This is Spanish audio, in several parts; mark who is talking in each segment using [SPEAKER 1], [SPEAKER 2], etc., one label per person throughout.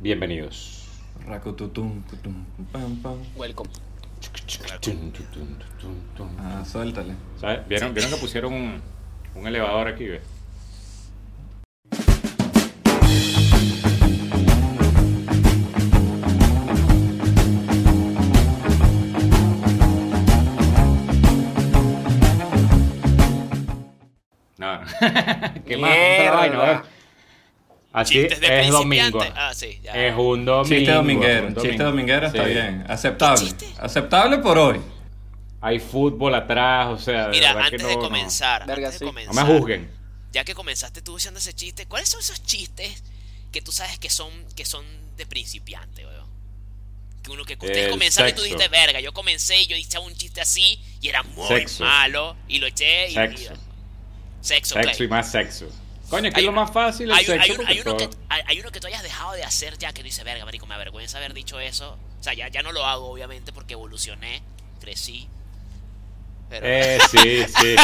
[SPEAKER 1] Bienvenidos.
[SPEAKER 2] Racututum, tutum, pam, pam.
[SPEAKER 3] Welcome.
[SPEAKER 1] Tun, tun, tun, tun, tun.
[SPEAKER 2] Ah, suéltale.
[SPEAKER 1] ¿Sabes? ¿Vieron, vieron que pusieron un, un elevador aquí, ve? No, no. ¿Qué más? Otra vaina,
[SPEAKER 2] Mierda.
[SPEAKER 1] a ver. Así
[SPEAKER 3] Chistes de
[SPEAKER 1] es domingo.
[SPEAKER 3] principiante. Ah, sí, ya.
[SPEAKER 1] Es un domingo.
[SPEAKER 2] Chiste
[SPEAKER 1] un
[SPEAKER 2] dominguero,
[SPEAKER 1] domingo.
[SPEAKER 2] chiste dominguero está
[SPEAKER 1] Sí.
[SPEAKER 2] bien. Aceptable.
[SPEAKER 3] chiste?
[SPEAKER 2] Aceptable por hoy.
[SPEAKER 1] Hay fútbol atrás, o sea. de
[SPEAKER 3] Mira,
[SPEAKER 1] verdad que
[SPEAKER 3] antes de
[SPEAKER 1] no, no.
[SPEAKER 3] comenzar,
[SPEAKER 4] Verga,
[SPEAKER 3] antes de
[SPEAKER 4] sí.
[SPEAKER 1] No
[SPEAKER 3] comenzar,
[SPEAKER 1] me juzguen.
[SPEAKER 3] ya que comenzaste tú diciendo ese chiste, ¿cuáles son esos chistes que tú sabes que son, que son de principiante, weón? Que uno que ustedes
[SPEAKER 1] El
[SPEAKER 3] comenzaron y tú
[SPEAKER 1] sexo.
[SPEAKER 3] dijiste, verga, yo comencé y yo hice un chiste así y era muy
[SPEAKER 1] Sexo.
[SPEAKER 3] malo y lo eché y...
[SPEAKER 1] Sexo.
[SPEAKER 3] y-
[SPEAKER 1] Sexo
[SPEAKER 3] sexo, claro.
[SPEAKER 1] y más sexo. Coño, que
[SPEAKER 3] Hay
[SPEAKER 1] es lo
[SPEAKER 3] uno-
[SPEAKER 1] más fácil el
[SPEAKER 3] Hay,
[SPEAKER 1] sexo.
[SPEAKER 3] hay un-
[SPEAKER 1] porque
[SPEAKER 3] hay uno
[SPEAKER 1] todo-
[SPEAKER 3] que, hay- hay uno que tú hayas dejado de hacer ya que dice, verga, marico, me avergüenza haber dicho eso. O sea, ya, ya no lo hago, obviamente, porque evolucioné, crecí. Pero...
[SPEAKER 1] Eh, sí, sí.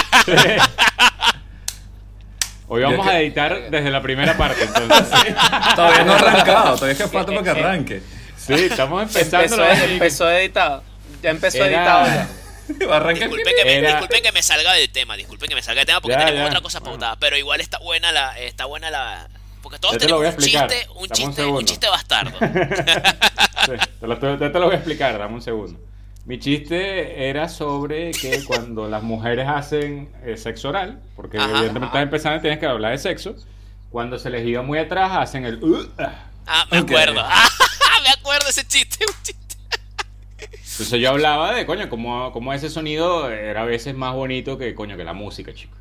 [SPEAKER 1] Hoy vamos
[SPEAKER 2] Yo que-
[SPEAKER 1] a editar desde la primera parte, entonces.
[SPEAKER 2] Todavía no ha arrancado, todavía es que falta para que arranque.
[SPEAKER 1] Sí, estamos empezando.
[SPEAKER 4] Empezó,
[SPEAKER 1] la
[SPEAKER 4] empezó editado. Ya empezó
[SPEAKER 1] Era-
[SPEAKER 4] editado. ya.
[SPEAKER 2] Va a arrancar.
[SPEAKER 3] Disculpen que, me,
[SPEAKER 1] Era-
[SPEAKER 3] disculpen que me salga del tema, disculpen que me salga del tema porque
[SPEAKER 1] Ya,
[SPEAKER 3] tenemos
[SPEAKER 1] ya.
[SPEAKER 3] otra cosa pautada, pero igual está buena la, está buena la, porque todos
[SPEAKER 1] Ya te lo
[SPEAKER 3] tenemos
[SPEAKER 1] voy a
[SPEAKER 3] un chiste,
[SPEAKER 1] explicar.
[SPEAKER 3] un
[SPEAKER 1] Dame un
[SPEAKER 3] chiste, un,
[SPEAKER 1] segundo.
[SPEAKER 3] chiste bastardo.
[SPEAKER 1] Sí, te, lo, te- te lo voy a explicar, dame un segundo. Mi chiste era sobre que cuando las mujeres hacen eh, sexo oral, porque
[SPEAKER 3] Ajá.
[SPEAKER 1] evidentemente estás empezando y tienes que hablar de sexo, cuando se les iba muy atrás hacen el... "Uh, ah".
[SPEAKER 3] Ah, me
[SPEAKER 2] Ok.
[SPEAKER 3] acuerdo. Ah, me acuerdo ese chiste, un chiste.
[SPEAKER 1] Entonces yo hablaba de, coño, cómo, cómo ese sonido era a veces más bonito que, coño, que la música, chico.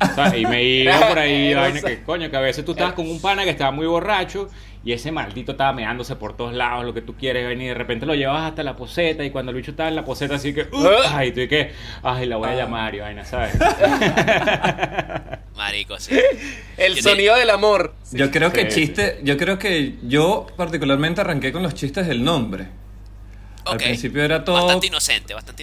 [SPEAKER 1] O sea, y me iba por ahí, vaina, que, coño, que a veces tú estabas con un pana que estaba muy borracho y ese maldito estaba meándose por todos lados, lo que tú quieres, venir y de repente lo llevas hasta la poseta y cuando el bicho estaba en la poseta así que, "Uh", ay, tú y que, ay, la voy
[SPEAKER 3] Ah.
[SPEAKER 1] a llamar y vaina, ¿sabes?
[SPEAKER 3] Marico, sí.
[SPEAKER 4] El
[SPEAKER 3] Yo te-
[SPEAKER 4] sonido del amor.
[SPEAKER 2] Yo creo que
[SPEAKER 1] Sí, sí.
[SPEAKER 2] chiste, yo creo que yo particularmente arranqué con los chistes del nombre. Al
[SPEAKER 3] Ok.
[SPEAKER 2] principio era todo
[SPEAKER 3] Bastante inocente, bastante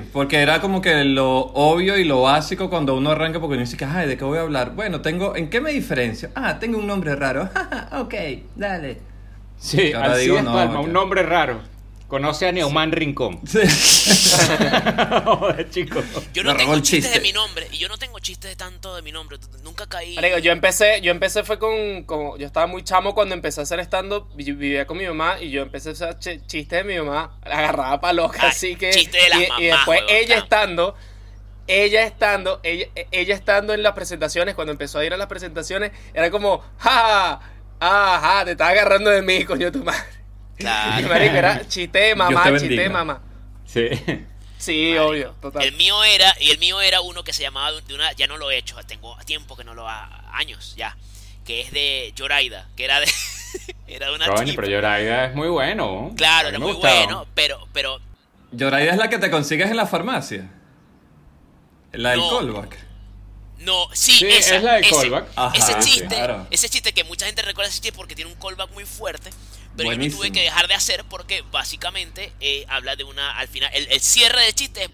[SPEAKER 2] Sí, porque era como que lo obvio y lo básico cuando uno arranca, porque uno dice que, ay, ¿de qué voy a hablar? Bueno, tengo, ¿en qué me diferencio? Ah, tengo un nombre raro. ok, dale.
[SPEAKER 1] Sí,
[SPEAKER 2] Ahora
[SPEAKER 1] así
[SPEAKER 2] digo,
[SPEAKER 1] es,
[SPEAKER 2] no,
[SPEAKER 1] Palma,
[SPEAKER 2] ya.
[SPEAKER 1] un nombre raro. Conoce a Neumann Rincón. Joder, chico.
[SPEAKER 3] Yo
[SPEAKER 2] Me
[SPEAKER 3] no
[SPEAKER 2] robó
[SPEAKER 3] tengo
[SPEAKER 2] el
[SPEAKER 3] chistes
[SPEAKER 2] chiste.
[SPEAKER 3] de mi nombre y yo no tengo chistes de tanto de mi nombre. Nunca caí.
[SPEAKER 4] Marico, yo empecé, yo empecé fue con, con- yo estaba muy chamo cuando empecé a hacer stand-up, vi- vivía con mi mamá y yo empecé a hacer ch- chistes de mi mamá, la agarraba para loca,
[SPEAKER 3] Ay,
[SPEAKER 4] así que
[SPEAKER 3] chiste de las
[SPEAKER 4] y, y
[SPEAKER 3] mamás,
[SPEAKER 4] después
[SPEAKER 3] huevón,
[SPEAKER 4] ella
[SPEAKER 3] chamo.
[SPEAKER 4] estando, ella estando, ella, ella estando en las presentaciones, cuando empezó a ir a las presentaciones, era como, ja, ja, ja, te estás agarrando de mí, coño tu madre. Y,
[SPEAKER 3] Claro.
[SPEAKER 4] marico, era chiste de
[SPEAKER 2] Dios te
[SPEAKER 4] mamá, chiste
[SPEAKER 2] bendiga.
[SPEAKER 4] de mamá.
[SPEAKER 1] Sí.
[SPEAKER 4] Sí, obvio, total.
[SPEAKER 3] El mío era, y el mío era uno que se llamaba de una, ya no lo he hecho, tengo tiempo que no lo ha, años ya, que es de Yoraida, que era de, era de una
[SPEAKER 1] Coño,
[SPEAKER 3] tipa.
[SPEAKER 1] pero Yoraida es muy bueno.
[SPEAKER 3] Claro,
[SPEAKER 1] A mí
[SPEAKER 3] era
[SPEAKER 1] me
[SPEAKER 3] muy
[SPEAKER 1] gustaba.
[SPEAKER 3] bueno, pero, pero,
[SPEAKER 2] Yoraida es la que te consigues en la farmacia. La del
[SPEAKER 3] No.
[SPEAKER 2] callback.
[SPEAKER 3] no, sí,
[SPEAKER 1] Sí,
[SPEAKER 3] esa,
[SPEAKER 1] es la de
[SPEAKER 3] ese,
[SPEAKER 1] callback.
[SPEAKER 2] Ajá,
[SPEAKER 3] ese
[SPEAKER 1] sí,
[SPEAKER 3] chiste,
[SPEAKER 2] claro.
[SPEAKER 3] ese chiste que mucha gente recuerda ese chiste porque tiene un callback muy fuerte, pero yo
[SPEAKER 2] Buenísimo.
[SPEAKER 3] lo tuve que dejar de hacer porque básicamente eh, habla de una, al final, el, el cierre del chiste es,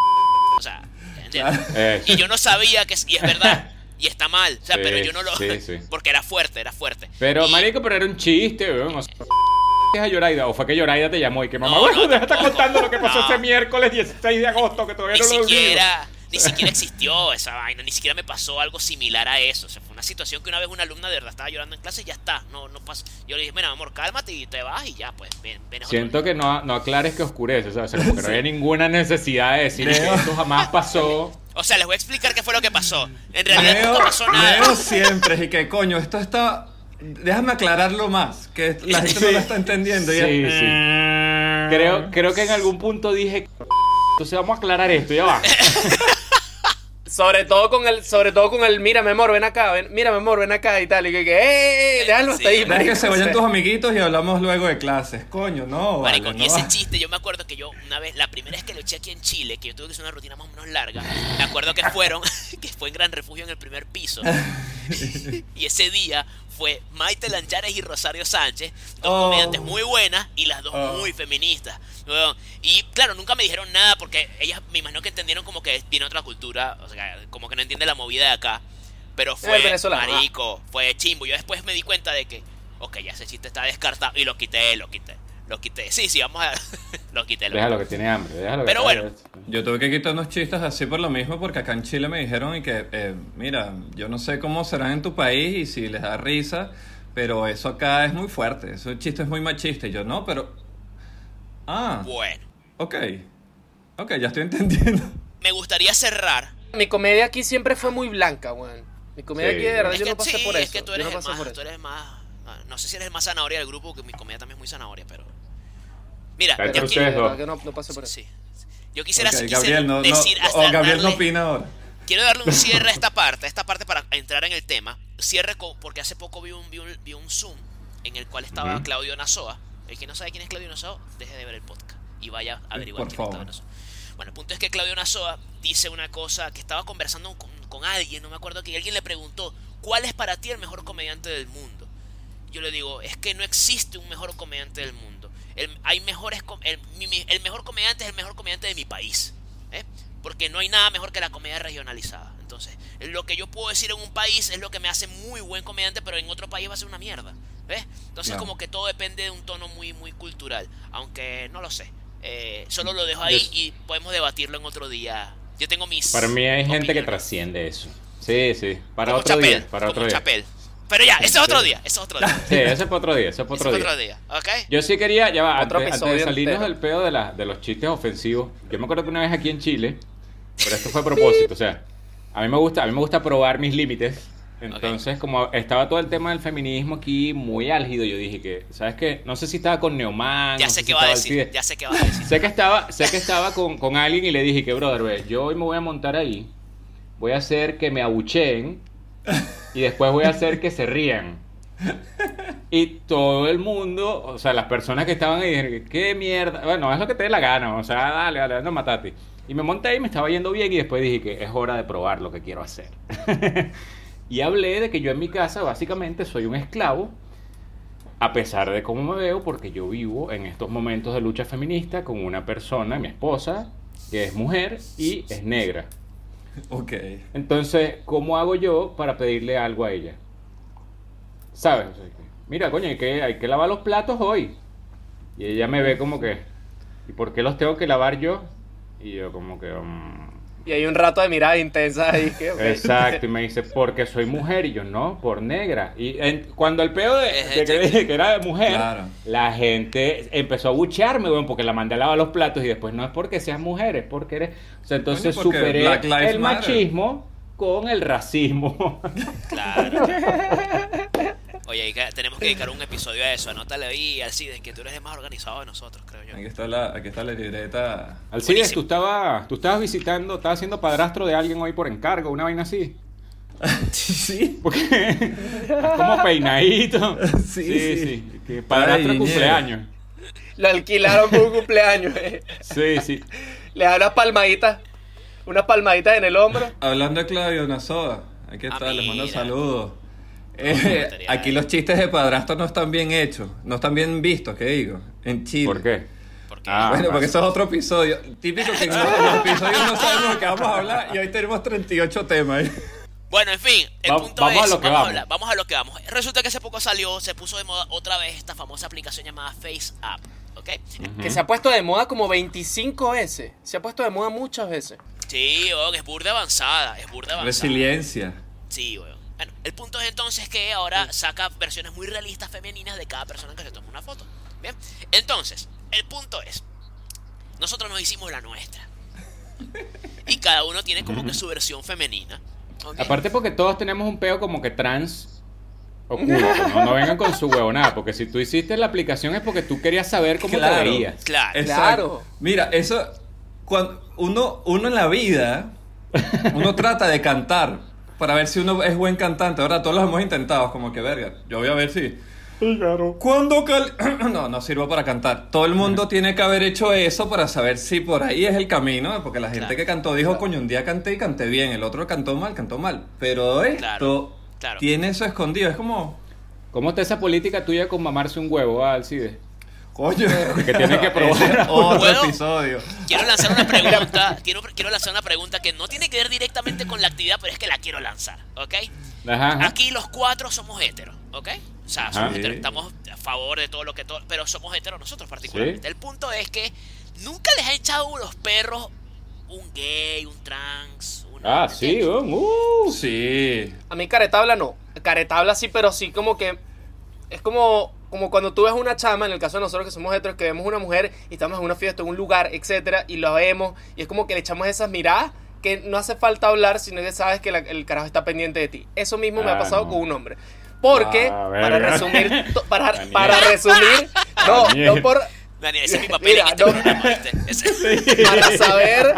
[SPEAKER 3] o sea, ¿entiendes?
[SPEAKER 1] Eh,
[SPEAKER 3] Y yo no sabía que es- y es verdad. Y está mal. O sea,
[SPEAKER 1] Sí,
[SPEAKER 3] pero yo no lo.
[SPEAKER 1] sí, sí.
[SPEAKER 3] Porque era fuerte, era fuerte.
[SPEAKER 1] Pero,
[SPEAKER 3] Y-
[SPEAKER 1] marico, pero era un chiste, weón. O sea, ¿qué es a Yoraida? O fue que Yoraida te llamó y que mamá,
[SPEAKER 3] No,
[SPEAKER 1] bueno,
[SPEAKER 3] no,
[SPEAKER 1] deja de estar
[SPEAKER 3] tampoco.
[SPEAKER 1] contando lo que pasó
[SPEAKER 3] No.
[SPEAKER 1] este miércoles 16 de agosto, que todavía
[SPEAKER 3] ni
[SPEAKER 1] no lo olvido.
[SPEAKER 3] siquiera, ni siquiera existió esa vaina, ni siquiera me pasó algo similar a eso. O sea, fue una situación que una vez una alumna de verdad estaba llorando en clase y ya está. No, no pasa. Yo le dije, mira, amor, cálmate y te vas y ya, pues, ven, ven a otro
[SPEAKER 1] Siento que no, no aclares que oscurece, ¿sabes? o sea, como que no había ninguna necesidad de decir
[SPEAKER 2] Leo.
[SPEAKER 1] que esto jamás pasó.
[SPEAKER 3] O sea, les voy a explicar qué fue lo que pasó. En realidad
[SPEAKER 2] Leo,
[SPEAKER 3] nunca pasó nada.
[SPEAKER 2] Leo siempre y que coño, esto está... Déjame aclararlo más, que la gente no lo está entendiendo. y
[SPEAKER 1] Sí,
[SPEAKER 2] es-
[SPEAKER 1] sí.
[SPEAKER 3] Eh.
[SPEAKER 1] Creo, creo que en algún punto dije, entonces vamos a aclarar esto, ya va.
[SPEAKER 4] Sobre todo con el, sobre todo con el, mira, mi amor, ven acá, ven, mira, mi amor, ven acá y tal. Y que, que, "Eh, eh, eh, déjalo hasta
[SPEAKER 3] Sí,
[SPEAKER 4] ahí,
[SPEAKER 2] Deja
[SPEAKER 4] marico".
[SPEAKER 2] que se
[SPEAKER 4] O
[SPEAKER 2] vayan
[SPEAKER 4] sea,
[SPEAKER 2] tus amiguitos y hablamos luego de clases. Coño, no. vale,
[SPEAKER 3] Marico,
[SPEAKER 2] no
[SPEAKER 3] y ese
[SPEAKER 2] va.
[SPEAKER 3] chiste, yo me acuerdo que yo una vez, la primera vez que lo eché aquí en Chile, que yo tuve que hacer una rutina más o menos larga, me acuerdo que fueron, que fue en Gran Refugio en el primer piso. y ese día fue Maite Lanchares y Rosario Sánchez, dos
[SPEAKER 2] Oh.
[SPEAKER 3] comediantes muy buenas y las dos
[SPEAKER 2] Oh.
[SPEAKER 3] muy feministas. weón. Y claro, nunca me dijeron nada porque ellas me imagino que entendieron como que viene otra cultura, o sea, como que no entiende la movida de acá. Pero fue
[SPEAKER 4] venezolano, ah.
[SPEAKER 3] marico, fue chimbo. Yo después me di cuenta de que ok, ya ese chiste está descartado. Y lo quité, lo quité, lo quité. Sí, sí, vamos a. lo quité, lo
[SPEAKER 1] Déjalo que tiene hambre, déjalo que
[SPEAKER 3] Pero
[SPEAKER 1] está-
[SPEAKER 3] bueno.
[SPEAKER 2] Yo tuve que quitar unos chistes así por lo mismo, porque acá en Chile me dijeron y que, eh, mira, yo no sé cómo serán en tu país y si les da risa, pero eso acá es muy fuerte, eso chiste es muy machista. Y yo, no, pero. Ah,
[SPEAKER 3] Bueno,
[SPEAKER 2] ok. Ok, ya estoy entendiendo.
[SPEAKER 3] me gustaría cerrar.
[SPEAKER 4] Mi comedia aquí siempre fue muy blanca, weón. Mi comedia
[SPEAKER 1] Sí.
[SPEAKER 4] aquí de verdad
[SPEAKER 3] es
[SPEAKER 4] yo
[SPEAKER 3] que
[SPEAKER 4] no pasé
[SPEAKER 3] sí,
[SPEAKER 4] por eso.
[SPEAKER 3] es que tú
[SPEAKER 4] yo
[SPEAKER 3] eres
[SPEAKER 4] no
[SPEAKER 3] el
[SPEAKER 4] pasé por
[SPEAKER 3] más, tú
[SPEAKER 4] eso.
[SPEAKER 3] eres el más. ah, No sé si eres el más zanahoria del grupo, que mi comida también es muy zanahoria, pero. Mira,
[SPEAKER 1] Pero
[SPEAKER 3] yo,
[SPEAKER 4] Pero
[SPEAKER 1] ustedes
[SPEAKER 4] sí, de
[SPEAKER 1] dos.
[SPEAKER 4] verdad que no, no pasé por eso.
[SPEAKER 3] sí. yo quisiera,
[SPEAKER 2] Ok,
[SPEAKER 3] quisiera
[SPEAKER 2] Gabriel, no, no,
[SPEAKER 3] decir hasta
[SPEAKER 2] oh, Gabriel no
[SPEAKER 3] darle-
[SPEAKER 2] opina ahora.
[SPEAKER 3] Quiero darle un cierre a esta parte, a esta parte para entrar en el tema. Cierre con- porque hace poco vi un, vi un, vi un Zoom en el cual estaba
[SPEAKER 1] Ujú.
[SPEAKER 3] Claudio Nasoa. El que no sabe quién es Claudio Nasoa, deje de ver el podcast y vaya a averiguar
[SPEAKER 2] por
[SPEAKER 3] quién es
[SPEAKER 2] favor.
[SPEAKER 3] Claudio Nasoa. Bueno, el punto es que Claudio Nasoa dice una cosa que estaba conversando con, con alguien, no me acuerdo que alguien le preguntó, ¿cuál es para ti el mejor comediante del mundo? Yo le digo, es que no existe un mejor comediante del mundo. El, hay mejores, com- el, mi- mi- el mejor comediante es el mejor comediante de mi país. ¿eh? Porque no hay nada mejor que la comedia regionalizada. Entonces, lo que yo puedo decir en un país es lo que me hace muy buen comediante, pero en otro país va a ser una mierda. ¿Ves? Entonces,
[SPEAKER 2] Claro.
[SPEAKER 3] como que todo depende de un tono muy, muy cultural. Aunque no lo sé. Eh, solo lo dejo ahí
[SPEAKER 2] Yo-
[SPEAKER 3] y podemos debatirlo en otro día. Yo tengo mis.
[SPEAKER 1] Para mí hay gente que
[SPEAKER 3] opiniones.
[SPEAKER 1] trasciende eso. Sí, sí. Para
[SPEAKER 3] Como
[SPEAKER 1] otro
[SPEAKER 3] Chappelle,
[SPEAKER 1] día. Para
[SPEAKER 3] como
[SPEAKER 1] otro día.
[SPEAKER 3] Chappelle. Pero ya, ese es otro
[SPEAKER 1] Sí.
[SPEAKER 3] día. Ese es otro día.
[SPEAKER 1] Sí, ese es para otro día. Ese es para
[SPEAKER 3] Ese
[SPEAKER 1] otro
[SPEAKER 3] es
[SPEAKER 1] día.
[SPEAKER 3] otro día. ¿Ok?
[SPEAKER 1] Yo sí quería, ya va, antes,
[SPEAKER 4] Otro
[SPEAKER 1] antes de
[SPEAKER 4] episodio
[SPEAKER 1] salirnos
[SPEAKER 4] entero.
[SPEAKER 1] del pedo de, la- de los chistes ofensivos, yo me acuerdo que una vez aquí en Chile, pero esto fue a propósito, o sea, a mí me gusta, a mí me gusta probar mis límites. Entonces, como estaba todo el tema del feminismo aquí muy álgido, yo dije que, ¿sabes qué? No sé si estaba con Neoman,
[SPEAKER 3] Ya
[SPEAKER 1] Ah, no
[SPEAKER 3] sé
[SPEAKER 1] si
[SPEAKER 3] qué va a
[SPEAKER 1] estaba
[SPEAKER 3] decir.
[SPEAKER 1] Alcides.
[SPEAKER 3] Ya sé qué va a decir.
[SPEAKER 1] Sé que estaba, sé que estaba con, con alguien y le dije que, brother, ve, yo hoy me voy a montar ahí, voy a hacer que me abucheen y después voy a hacer que se rían. Y todo el mundo, o sea, las personas que estaban ahí dijeron, qué mierda, bueno, es lo que te dé la gana, o sea, dale, dale, no matate. Y me monté ahí, me estaba yendo bien y después dije que es hora de probar lo que quiero hacer. y hablé de que yo en mi casa básicamente soy un esclavo a pesar de cómo me veo, porque yo vivo en estos momentos de lucha feminista con una persona, mi esposa, que es mujer y es negra.
[SPEAKER 2] Ok.
[SPEAKER 1] Entonces, ¿cómo hago yo para pedirle algo a ella? ¿Sabes? O sea, que, Mira, coño, hay que, hay que lavar los platos hoy. Y ella me ve como que, ¿y por qué los tengo que lavar yo? Y yo como que... mm,
[SPEAKER 4] Y hay un rato de mirada intensa ahí. Que, ok.
[SPEAKER 1] Exacto, y me dice, porque soy mujer, y yo, no, por negra. Y en- cuando el peo de,
[SPEAKER 3] Es
[SPEAKER 1] de que
[SPEAKER 3] el
[SPEAKER 1] dije que era de mujer,
[SPEAKER 2] Claro.
[SPEAKER 1] la gente empezó a buchearme, weón, porque la mandé a lavar los platos, y después no es porque seas mujer, es porque eres... O sea, entonces
[SPEAKER 2] Coño, porque
[SPEAKER 1] superé
[SPEAKER 2] Black
[SPEAKER 1] el
[SPEAKER 2] Lives Matter.
[SPEAKER 1] machismo con el racismo.
[SPEAKER 3] Claro. Oye, hay que- tenemos que dedicar un episodio a eso. Anótale ahí, Alcides, que tú eres el más organizado de nosotros, creo yo.
[SPEAKER 2] Aquí está la, aquí está la libreta.
[SPEAKER 1] Alcides,
[SPEAKER 3] Buenísimo.
[SPEAKER 1] tú estabas, tú estabas visitando, estabas siendo padrastro de alguien hoy por encargo, una vaina así.
[SPEAKER 2] Sí.
[SPEAKER 1] Porque estás como peinadito.
[SPEAKER 2] Sí, sí.
[SPEAKER 1] que
[SPEAKER 2] Para de
[SPEAKER 1] padrastro de
[SPEAKER 2] niñera.
[SPEAKER 1] cumpleaños.
[SPEAKER 4] Lo alquilaron por un cumpleaños. eh.
[SPEAKER 1] Sí, sí.
[SPEAKER 4] Le da unas palmaditas. Unas palmaditas en el hombro.
[SPEAKER 2] Hablando de Claudio Nasoda, aquí está,
[SPEAKER 3] Ah,
[SPEAKER 2] les mando
[SPEAKER 3] mira.
[SPEAKER 2] saludos. Eh,
[SPEAKER 3] material.
[SPEAKER 2] aquí los chistes de padrastro no están bien hechos, no están bien vistos, ¿qué digo? En Chile.
[SPEAKER 1] ¿Por qué?
[SPEAKER 3] Porque
[SPEAKER 1] Ah.
[SPEAKER 2] bueno, porque eso es otro episodio. Típico que en los, en los episodios no sabemos lo que vamos a hablar y hoy tenemos 38 temas.
[SPEAKER 3] Bueno, en fin, el
[SPEAKER 1] Va-
[SPEAKER 3] punto
[SPEAKER 1] vamos
[SPEAKER 3] es,
[SPEAKER 1] a lo que
[SPEAKER 3] vamos,
[SPEAKER 1] vamos.
[SPEAKER 3] A hablar, vamos a lo que vamos. Resulta que hace poco salió, se puso de moda otra vez esta famosa aplicación llamada FaceApp, ¿ok?
[SPEAKER 4] Que se ha puesto de moda como 25 veces. Se ha puesto de moda muchas veces.
[SPEAKER 3] Sí, weón, es burda avanzada, es burda avanzada.
[SPEAKER 2] Resiliencia.
[SPEAKER 3] Sí, weón. Bueno, el punto es entonces que ahora saca versiones muy realistas femeninas de cada persona que se toma una foto. Bien, entonces, el punto es, nosotros nos hicimos la nuestra. Y cada uno tiene como que su versión femenina. ¿ok?
[SPEAKER 1] Aparte porque todos tenemos un peo como que trans oculto, no, no vengan con su huevonada, porque si tú hiciste la aplicación es porque tú querías saber cómo te
[SPEAKER 2] Claro.
[SPEAKER 1] veías.
[SPEAKER 3] claro.
[SPEAKER 4] Claro.
[SPEAKER 2] Mira, eso. Cuando uno, uno en la vida, uno trata de cantar para ver si uno es buen cantante. Ahora todos los hemos intentado, como que verga. Yo voy a ver si. Cuando cal... No, no sirvo para cantar. Todo el mundo tiene que haber hecho eso para saber si por ahí es el camino, porque la gente
[SPEAKER 3] Claro.
[SPEAKER 2] que cantó dijo, coño, un día canté y canté bien, el otro cantó mal, cantó mal. Pero esto
[SPEAKER 3] Claro, claro.
[SPEAKER 2] tiene eso escondido, es como,
[SPEAKER 1] ¿Cómo está esa política tuya con mamarse un huevo, Ah, Alcides?
[SPEAKER 2] coño,
[SPEAKER 1] Que tienes que probar.
[SPEAKER 2] Ese es otro
[SPEAKER 3] Bueno.
[SPEAKER 2] episodio.
[SPEAKER 3] Quiero lanzar una pregunta, quiero, quiero lanzar una pregunta que no tiene que ver directamente con la actividad, pero es que la quiero lanzar, ¿ok?
[SPEAKER 1] Ajá, ajá.
[SPEAKER 3] Aquí los cuatro somos heteros, ¿ok? O sea, somos
[SPEAKER 1] Ajá.
[SPEAKER 3] heteros, estamos a favor de todo lo que todo, pero somos heteros nosotros particularmente.
[SPEAKER 1] Sí.
[SPEAKER 3] El punto es que nunca les ha echado los perros un gay, un trans, un
[SPEAKER 1] Ah, sí, weón. Uh,
[SPEAKER 2] Sí.
[SPEAKER 4] A mí caretabla no. Caretabla sí, pero sí como que... Es como, como cuando tú ves una chama, en el caso de nosotros que somos heteros, que vemos una mujer y estamos en una fiesta, en un lugar, etcétera, y lo vemos, y es como que le echamos esas miradas que no hace falta hablar, sino que sabes que la- el carajo está pendiente de ti. Eso mismo me
[SPEAKER 1] Ah,
[SPEAKER 4] ha pasado
[SPEAKER 1] no.
[SPEAKER 4] con un hombre. Porque,
[SPEAKER 1] Ah,
[SPEAKER 4] para
[SPEAKER 1] verga.
[SPEAKER 4] resumir, to- para,
[SPEAKER 1] Daniel.
[SPEAKER 4] para resumir, no,
[SPEAKER 1] Daniel.
[SPEAKER 4] no por,
[SPEAKER 3] Daniel, ese es mi papel
[SPEAKER 4] Mira,
[SPEAKER 3] en este
[SPEAKER 4] no.
[SPEAKER 3] programa, ¿viste? Ese-
[SPEAKER 4] para saber,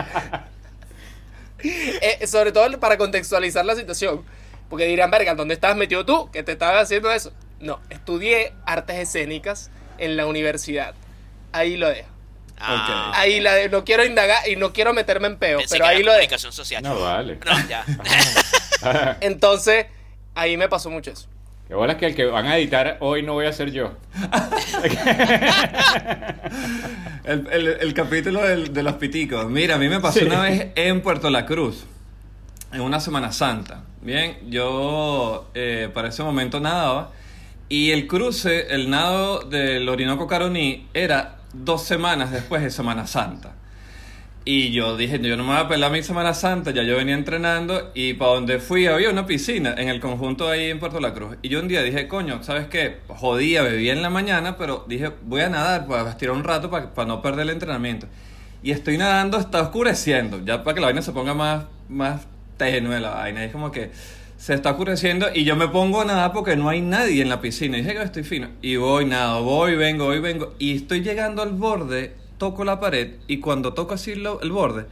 [SPEAKER 4] eh, sobre todo para contextualizar la situación, porque dirán, verga, ¿dónde estabas metido tú? que te estabas haciendo eso? No, estudié artes escénicas en la universidad. Ahí lo dejo.
[SPEAKER 3] Ah,
[SPEAKER 4] Ahí la de- no quiero indagar y no quiero meterme en peo,
[SPEAKER 3] pensé
[SPEAKER 4] pero
[SPEAKER 3] que
[SPEAKER 4] ahí
[SPEAKER 3] era
[SPEAKER 4] lo dejo.
[SPEAKER 3] comunicación social.
[SPEAKER 1] No vale.
[SPEAKER 3] No, ya.
[SPEAKER 4] Entonces, ahí me pasó mucho eso.
[SPEAKER 1] Qué bola que el que van a editar hoy no voy a ser yo.
[SPEAKER 2] El, el- el capítulo del- de los piticos. Mira, a mí me pasó
[SPEAKER 1] Sí.
[SPEAKER 2] una vez en Puerto La Cruz, en una Semana Santa. Bien, yo eh, para ese momento nadaba y el cruce, el nado del Orinoco Caroní era dos semanas después de Semana Santa. Y yo dije, yo no me voy a pelar mi Semana Santa, ya yo venía entrenando y para donde fui había una piscina en el conjunto ahí en Puerto La Cruz. Y yo un día dije, coño, ¿sabes qué? Jodía, bebía en la mañana, pero dije, voy a nadar para estirar un rato para, para no perder el entrenamiento. Y estoy nadando, está oscureciendo, ya para que la vaina se ponga más, más tenue la vaina. Es como que se está oscureciendo y yo me pongo a nadar porque no hay nadie en la piscina. Y dije que estoy fino. Y voy, nado, voy, vengo, voy, vengo. Y estoy llegando al borde, toco la pared y cuando toco así lo- el borde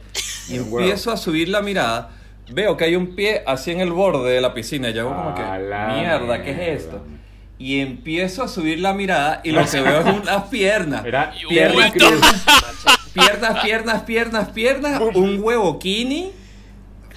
[SPEAKER 2] y
[SPEAKER 1] Wow.
[SPEAKER 2] empiezo a subir la mirada, veo que hay un pie así en el borde de la piscina. Y yo como que,
[SPEAKER 1] A la
[SPEAKER 2] mierda, ¿qué es esto?
[SPEAKER 1] mierda.
[SPEAKER 2] Y empiezo a subir la mirada y lo que veo es unas piernas.
[SPEAKER 1] Era
[SPEAKER 3] Y un
[SPEAKER 1] Pierre
[SPEAKER 3] bulto.
[SPEAKER 1] Cruz.
[SPEAKER 2] Piernas, piernas, piernas, piernas, un huevo kini,